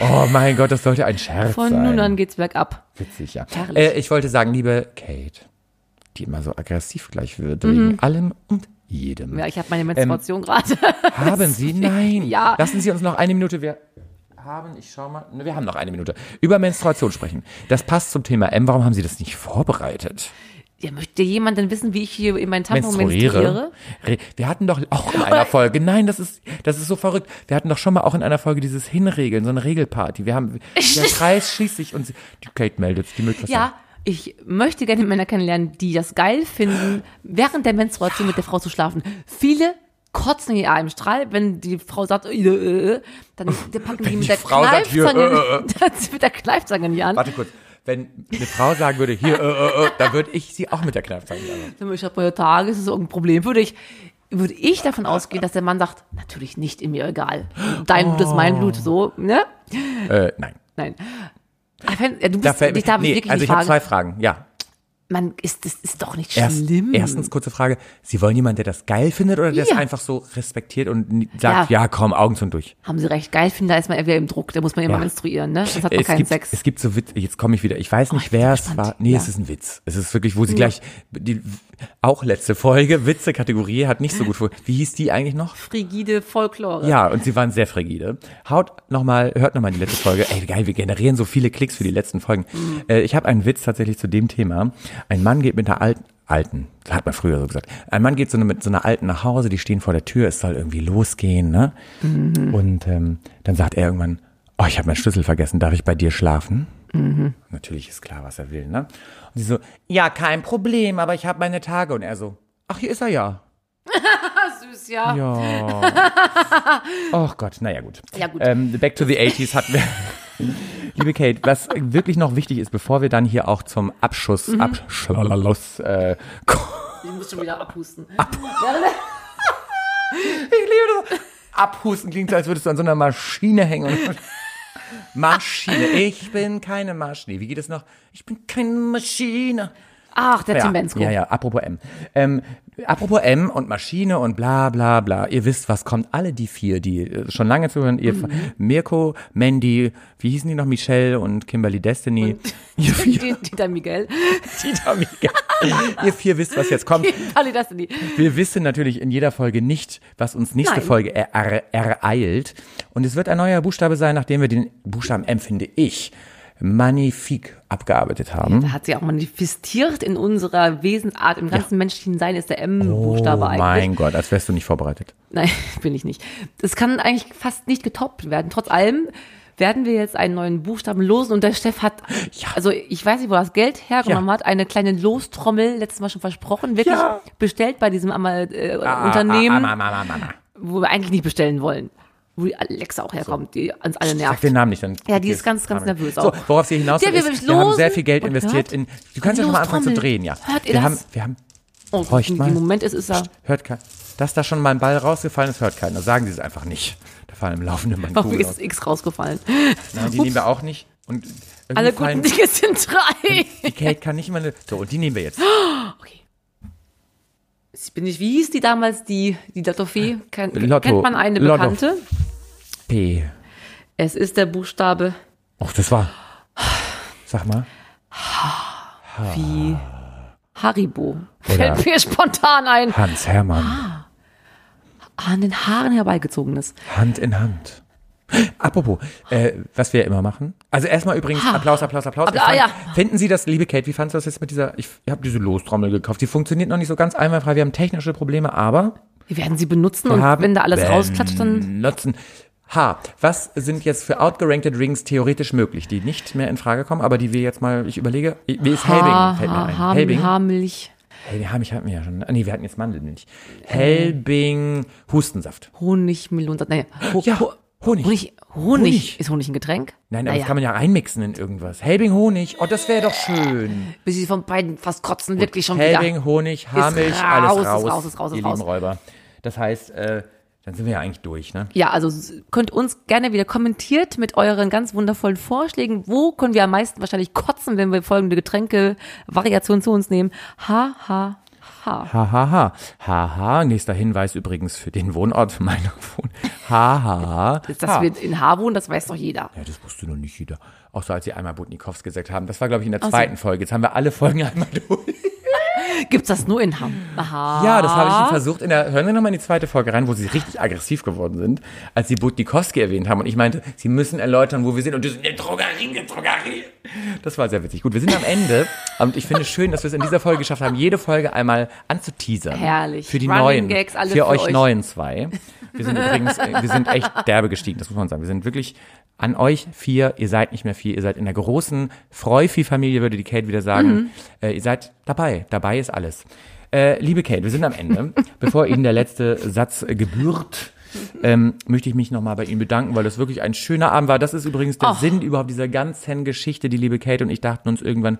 [SPEAKER 1] oh mein Gott, das sollte ein Scherz
[SPEAKER 2] Von
[SPEAKER 1] sein.
[SPEAKER 2] nun an geht's bergab.
[SPEAKER 1] Witzig, ja.
[SPEAKER 2] Herrlich.
[SPEAKER 1] Äh, ich wollte sagen, liebe Kate, die immer so aggressiv gleich wird, wegen allem und jedem.
[SPEAKER 2] Mhm. Ja, ich habe meine
[SPEAKER 1] Ähm,
[SPEAKER 2] Menstruation gerade.
[SPEAKER 1] haben Sie? Nein.
[SPEAKER 2] Ja.
[SPEAKER 1] Lassen Sie uns noch eine Minute. Wir haben, ich schau mal, ne, wir haben noch eine Minute. Über Menstruation sprechen. Das passt zum Thema M. Warum haben Sie das nicht vorbereitet?
[SPEAKER 2] Ja, möchte jemand denn wissen, wie ich hier in meinen Tampon menstruiere?
[SPEAKER 1] Re- Wir hatten doch auch in einer Folge, nein, das ist, das ist so verrückt. Wir hatten doch schon mal auch in einer Folge dieses Hinregeln, so eine Regelparty. Wir haben, der Kreis schließt sich und sie, die Kate meldet, die meldet was an.
[SPEAKER 2] Ja, ich möchte gerne Männer kennenlernen, die das geil finden, während der Menstruation mit der Frau zu schlafen. Viele kotzen hier im Strahl, wenn die Frau sagt, äh, äh, äh, dann packen die
[SPEAKER 1] Wenn
[SPEAKER 2] mit
[SPEAKER 1] die
[SPEAKER 2] der
[SPEAKER 1] Frau sagt, hier, äh,
[SPEAKER 2] Kneifzange, das- mit der Kneifzange in die Hand.
[SPEAKER 1] Warte kurz. Wenn eine Frau sagen würde, hier, äh, äh, äh, dann würde ich sie auch mit der Kneifzange sagen.
[SPEAKER 2] Sag mal, Ich habe meine Tage, ist das irgendein Problem? Würde ich, würde ich davon ausgehen, dass der Mann sagt, natürlich nicht, in mir egal. Dein Blut ist mein Blut, so, ne?
[SPEAKER 1] Äh, nein.
[SPEAKER 2] Nein. Aber wenn- ja, du
[SPEAKER 1] Da
[SPEAKER 2] bist,
[SPEAKER 1] fällt mir-
[SPEAKER 2] ich darf
[SPEAKER 1] nee,
[SPEAKER 2] wirklich
[SPEAKER 1] also ich
[SPEAKER 2] nicht
[SPEAKER 1] habe zwei
[SPEAKER 2] fragen.
[SPEAKER 1] Fragen. Ja.
[SPEAKER 2] Man, ist, das ist doch nicht
[SPEAKER 1] Erst,
[SPEAKER 2] schlimm.
[SPEAKER 1] Erstens kurze Frage. Sie wollen jemanden, der das geil findet oder der
[SPEAKER 2] Ja.
[SPEAKER 1] es einfach so respektiert und nie- sagt, ja,
[SPEAKER 2] Ja.
[SPEAKER 1] komm, Augen zum durch.
[SPEAKER 2] Haben sie recht, geil finde, da ist man wieder im Druck, da muss man immer
[SPEAKER 1] Ja.
[SPEAKER 2] menstruieren, ne? Das hat man
[SPEAKER 1] Es
[SPEAKER 2] keinen
[SPEAKER 1] gibt,
[SPEAKER 2] Sex. Oh,
[SPEAKER 1] es gibt so Witz, jetzt komme ich wieder, ich weiß nicht,
[SPEAKER 2] ich bin
[SPEAKER 1] wer es
[SPEAKER 2] gespannt.
[SPEAKER 1] war. Nee,
[SPEAKER 2] Ja.
[SPEAKER 1] es ist ein Witz. Es ist wirklich, wo sie gleich, die auch letzte Folge, Witze-Kategorie hat nicht so gut vor. Wie hieß die eigentlich noch?
[SPEAKER 2] Frigide Folklore.
[SPEAKER 1] Ja, und sie waren sehr frigide. Haut noch mal, hört nochmal die letzte Folge. Ey, geil, wir generieren so viele Klicks für die letzten Folgen. Äh, ich habe einen Witz tatsächlich zu dem Thema. Ein Mann geht mit einer alten, alten, hat man früher so gesagt. Ein Mann geht so eine, mit so einer alten nach Hause, die stehen vor der Tür, es soll irgendwie losgehen, ne? Und ähm, dann sagt er irgendwann, oh, ich habe meinen Schlüssel vergessen, darf ich bei dir schlafen? Natürlich ist klar, was er will, ne? Und sie so, ja, kein Problem, aber ich habe meine Tage. Und er so, ach, hier ist er ja.
[SPEAKER 2] Süß, ja.
[SPEAKER 1] Ja. Och Gott, naja gut.
[SPEAKER 2] Ja, gut.
[SPEAKER 1] Ähm, back to the 80s hatten wir. Liebe Kate, was wirklich noch wichtig ist, bevor wir dann hier auch zum Abschuss,
[SPEAKER 2] Mhm.
[SPEAKER 1] Abschluss äh, ko-
[SPEAKER 2] Ich muss schon wieder abhusten. ne?
[SPEAKER 1] abhusten klingt, so, als würdest du an so einer Maschine hängen. Maschine, ich bin keine Maschine. Wie geht es noch? Ich bin keine Maschine.
[SPEAKER 2] Ach, der Tim Bensko.
[SPEAKER 1] ja, ja, apropos M. Ähm, apropos M und Maschine und bla bla bla. Ihr wisst, was kommt. Alle die vier, die äh, schon lange zuhören. Ihr
[SPEAKER 2] Mhm.
[SPEAKER 1] Mirko, Mandy, wie hießen die noch? Michelle und Kimberly Destiny. ihr vier,
[SPEAKER 2] Die- Dieter Miguel.
[SPEAKER 1] Dieter Miguel. ihr vier wisst, was jetzt kommt.
[SPEAKER 2] Alle das in die.
[SPEAKER 1] Wir wissen natürlich in jeder Folge nicht, was uns nächste
[SPEAKER 2] Nein.
[SPEAKER 1] Folge er, er, ereilt. Und es wird ein neuer Buchstabe sein, nachdem wir den Buchstaben M, finde ich, magnifik abgearbeitet haben.
[SPEAKER 2] Da hat sie auch manifestiert in unserer Wesensart, im ganzen menschlichen Sein ist der M-Buchstabe
[SPEAKER 1] oh
[SPEAKER 2] eigentlich.
[SPEAKER 1] mein Gott, als wärst du nicht vorbereitet.
[SPEAKER 2] Nein, bin ich nicht. Das kann eigentlich fast nicht getoppt werden. Trotz allem werden wir jetzt einen neuen Buchstaben losen und der Steff hat,
[SPEAKER 1] Ja.
[SPEAKER 2] also ich weiß nicht, wo das Geld hergenommen
[SPEAKER 1] Ja.
[SPEAKER 2] hat, eine kleine Lostrommel letztes Mal schon versprochen, wirklich
[SPEAKER 1] Ja.
[SPEAKER 2] bestellt bei diesem Amal- äh,
[SPEAKER 1] Ah,
[SPEAKER 2] Unternehmen,
[SPEAKER 1] ah, ah, ah, ah, ah, ah.
[SPEAKER 2] wo wir eigentlich nicht bestellen wollen. Wo die Alexa auch herkommt, die uns alle
[SPEAKER 1] Sag
[SPEAKER 2] nervt.
[SPEAKER 1] den Namen nicht, dann.
[SPEAKER 2] Ja, die ist ganz, ganz nervös
[SPEAKER 1] So,
[SPEAKER 2] auch.
[SPEAKER 1] worauf sie hinaus
[SPEAKER 2] Ja,
[SPEAKER 1] will,
[SPEAKER 2] wir
[SPEAKER 1] ist,
[SPEAKER 2] müssen
[SPEAKER 1] wir haben
[SPEAKER 2] losen
[SPEAKER 1] sehr viel Geld
[SPEAKER 2] und
[SPEAKER 1] investiert
[SPEAKER 2] hört-
[SPEAKER 1] in. Du kannst ja schon mal anfangen zu
[SPEAKER 2] Lostrommel.
[SPEAKER 1] drehen, ja.
[SPEAKER 2] Hört
[SPEAKER 1] wir
[SPEAKER 2] ihr das?
[SPEAKER 1] Haben, wir haben.
[SPEAKER 2] Oh,
[SPEAKER 1] Horcht
[SPEAKER 2] Im
[SPEAKER 1] mal.
[SPEAKER 2] Moment ist, ist er.
[SPEAKER 1] Hört kein, dass da schon mal ein Ball rausgefallen ist, hört keiner. Sagen sie es einfach nicht. Da fallen im laufenden Band
[SPEAKER 2] Auf
[SPEAKER 1] Kugeln
[SPEAKER 2] ist
[SPEAKER 1] aus.
[SPEAKER 2] das X rausgefallen.
[SPEAKER 1] Nein, die nehmen wir auch nicht. Und irgendwie
[SPEAKER 2] Alle guten
[SPEAKER 1] fallen,
[SPEAKER 2] Dinge sind drei.
[SPEAKER 1] die Kate kann nicht mal eine. So, und die nehmen wir jetzt.
[SPEAKER 2] Okay. Ich bin nicht, wie hieß die damals, die, die Lottofee? Ken,
[SPEAKER 1] Lotto.
[SPEAKER 2] Kennt man eine
[SPEAKER 1] Lotto.
[SPEAKER 2] Bekannte?
[SPEAKER 1] P.
[SPEAKER 2] Es ist der Buchstabe
[SPEAKER 1] Och, das war. Sag mal.
[SPEAKER 2] wie Haribo.
[SPEAKER 1] Oder-
[SPEAKER 2] Fällt mir spontan ein. Ah,
[SPEAKER 1] Hans Hermann.
[SPEAKER 2] An den Haaren herbeigezogenes.
[SPEAKER 1] Hand in Hand. Apropos, äh, was wir ja immer machen. Also erstmal übrigens Applaus, Applaus, Applaus.
[SPEAKER 2] Applaus, ah,
[SPEAKER 1] Ich fand,
[SPEAKER 2] ja.
[SPEAKER 1] Finden Sie das, liebe Kate, wie fandst du das jetzt mit dieser, ich habe diese Lostrommel gekauft. Die funktioniert noch nicht so ganz einwandfrei. Wir haben technische Probleme, aber
[SPEAKER 2] Wir werden sie benutzen
[SPEAKER 1] Wir
[SPEAKER 2] und
[SPEAKER 1] haben-
[SPEAKER 2] wenn da alles rausklatscht, dann.
[SPEAKER 1] Nutzen. Ha, was sind jetzt für outgerankte Rings theoretisch möglich, die nicht mehr in Frage kommen, aber die wir jetzt mal, ich überlege, ich- wie ist Helbing? Fällt mir ein.
[SPEAKER 2] Ha-
[SPEAKER 1] Helbing.
[SPEAKER 2] Haarmilch,
[SPEAKER 1] Helbing, Hamich hatten wir ja schon. Ah, Nee, wir hatten jetzt Mandelmilch. Helbing, Hustensaft.
[SPEAKER 2] Honig, Melone. Nee, Ho
[SPEAKER 1] Ja,
[SPEAKER 2] Ho-
[SPEAKER 1] Honig.
[SPEAKER 2] Honig. Honig.
[SPEAKER 1] Honig.
[SPEAKER 2] Ist Honig ein Getränk?
[SPEAKER 1] Nein, aber das kann man ja reinmixen in irgendwas. Helbing, Honig. Oh, das wäre doch schön.
[SPEAKER 2] Bis sie von beiden fast kotzen, Äh, wirklich schon
[SPEAKER 1] Helbing,
[SPEAKER 2] wieder.
[SPEAKER 1] Honig, Hamilch,
[SPEAKER 2] raus,
[SPEAKER 1] alles
[SPEAKER 2] ist
[SPEAKER 1] raus.
[SPEAKER 2] raus, ist raus, ist
[SPEAKER 1] ihr
[SPEAKER 2] raus.
[SPEAKER 1] lieben Räuber. Das heißt, äh, dann sind wir ja eigentlich durch, ne?
[SPEAKER 2] Ja, also s- könnt uns gerne wieder kommentiert mit euren ganz wundervollen Vorschlägen. Wo können wir am meisten wahrscheinlich kotzen, wenn wir folgende Getränke-Variation zu uns nehmen? Ha, ha, ha.
[SPEAKER 1] Hahaha. Haha. Nächster Hinweis übrigens für den Wohnort meiner Wohnung. Haha.
[SPEAKER 2] Jetzt, dass wir in H wohnen, das weiß doch jeder.
[SPEAKER 1] Ja, das wusste noch nicht jeder. Außer als sie einmal Butnikowski gesagt haben. Das war, glaube ich, in der
[SPEAKER 2] so.
[SPEAKER 1] zweiten Folge. Jetzt haben wir alle Folgen einmal durch.
[SPEAKER 2] Gibt's das nur in Hamm? Aha.
[SPEAKER 1] Ja, das habe ich versucht. In der, hören wir nochmal in die zweite Folge rein, wo sie richtig aggressiv geworden sind, als sie Butnikowski erwähnt haben. Und ich meinte, sie müssen erläutern, wo wir sind. Und die sind in der Drogerie, in der Drogerie. Das war sehr witzig. Gut, wir sind am Ende. Und ich finde es schön, dass wir es in dieser Folge geschafft haben, jede Folge einmal anzuteasern.
[SPEAKER 2] Herrlich.
[SPEAKER 1] Für die
[SPEAKER 2] Running
[SPEAKER 1] Neuen.
[SPEAKER 2] Gags, alle
[SPEAKER 1] für,
[SPEAKER 2] für
[SPEAKER 1] euch
[SPEAKER 2] euch.
[SPEAKER 1] Neuen zwei. Wir sind übrigens, äh, wir sind echt derbe gestiegen, das muss man sagen. Wir sind wirklich an euch vier, ihr seid nicht mehr vier, ihr seid in der großen Freufi-Familie, würde die Kate wieder sagen.
[SPEAKER 2] Mhm.
[SPEAKER 1] Äh, ihr seid dabei, dabei ist alles. Äh, liebe Kate, wir sind am Ende. Bevor Ihnen der letzte Satz äh, gebührt, ähm, möchte ich mich nochmal bei Ihnen bedanken, weil das wirklich ein schöner Abend war. Das ist übrigens der Sinn überhaupt dieser ganzen Geschichte, die liebe Kate und ich dachten uns irgendwann,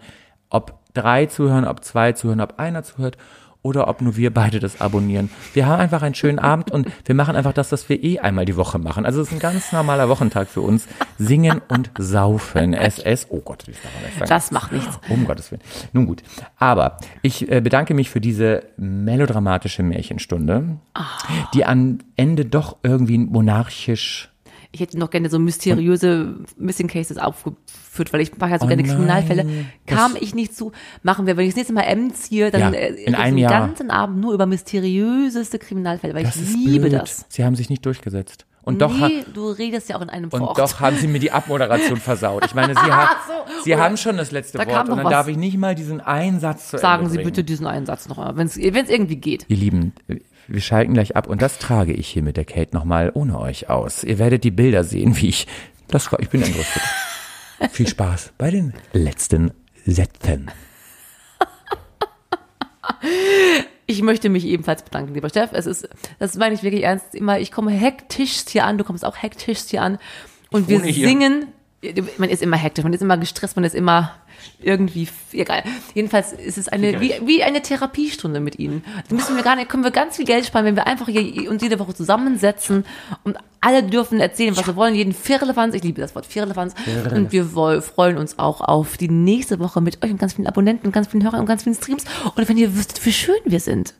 [SPEAKER 1] ob drei zuhören, ob zwei zuhören, ob einer zuhört oder ob nur wir beide das abonnieren. Wir haben einfach einen schönen Abend und wir machen einfach das, was wir eh einmal die Woche machen. Also es ist ein ganz normaler Wochentag für uns. Singen und saufen. SS. Oh Gott, das darf man nicht sagen.
[SPEAKER 2] Das macht nichts.
[SPEAKER 1] Um Gottes Willen. Nun gut. Aber ich äh, bedanke mich für diese melodramatische Märchenstunde,
[SPEAKER 2] Ah.
[SPEAKER 1] die am Ende doch irgendwie monarchisch.
[SPEAKER 2] Ich hätte noch gerne so mysteriöse Missing Cases aufgeführt, weil ich mache ja so
[SPEAKER 1] Oh
[SPEAKER 2] gerne
[SPEAKER 1] nein,
[SPEAKER 2] Kriminalfälle.
[SPEAKER 1] das-
[SPEAKER 2] Kam ich nicht zu. Machen wir, wenn ich das nächste Mal M ziehe, dann
[SPEAKER 1] Ja,
[SPEAKER 2] äh,
[SPEAKER 1] in
[SPEAKER 2] reden
[SPEAKER 1] einem
[SPEAKER 2] wir den
[SPEAKER 1] Jahr.
[SPEAKER 2] ganzen Abend nur über mysteriöseste Kriminalfälle, weil
[SPEAKER 1] Das
[SPEAKER 2] ich
[SPEAKER 1] ist
[SPEAKER 2] liebe
[SPEAKER 1] blöd.
[SPEAKER 2] das.
[SPEAKER 1] Sie haben sich nicht durchgesetzt. Und doch, ha-
[SPEAKER 2] nee, du redest ja auch in einem
[SPEAKER 1] Und
[SPEAKER 2] Vorort.
[SPEAKER 1] doch haben sie mir die Abmoderation versaut. Ich meine, sie, ha
[SPEAKER 2] So,
[SPEAKER 1] sie
[SPEAKER 2] oder-
[SPEAKER 1] haben schon das letzte
[SPEAKER 2] Da kam
[SPEAKER 1] Wort
[SPEAKER 2] noch
[SPEAKER 1] und dann
[SPEAKER 2] was.
[SPEAKER 1] darf ich nicht mal diesen einen Satz zu
[SPEAKER 2] Sagen
[SPEAKER 1] Ende
[SPEAKER 2] Sie
[SPEAKER 1] bringen.
[SPEAKER 2] bitte diesen einen Satz noch, wenn es irgendwie geht.
[SPEAKER 1] Ihr Lieben, wir schalten gleich ab und das trage ich hier mit der Kate nochmal ohne euch aus. Ihr werdet die Bilder sehen, wie ich. Das war, ich bin entrüstet. Viel Spaß bei den letzten Sätzen.
[SPEAKER 2] Ich möchte mich ebenfalls bedanken, lieber Steff. Es ist, das meine ich wirklich ernst, immer, ich komme hektischst hier an, du kommst auch hektischst hier an. Und wir
[SPEAKER 1] wohne hier.
[SPEAKER 2] singen. Man ist immer hektisch, man ist immer gestresst, man ist immer irgendwie f- egal. Jedenfalls ist es eine wie, wie eine Therapiestunde mit ihnen. Da müssen wir gar nicht, können wir ganz viel Geld sparen, wenn wir einfach hier uns jede Woche zusammensetzen und alle dürfen erzählen, was sie wollen. Jeden Firlefanz, ich liebe das Wort Firlefanz. Und wir woll- freuen uns auch auf die nächste Woche mit euch und ganz vielen Abonnenten, und ganz vielen Hörern und ganz vielen Streams. Und wenn ihr wüsstet, wie schön wir sind.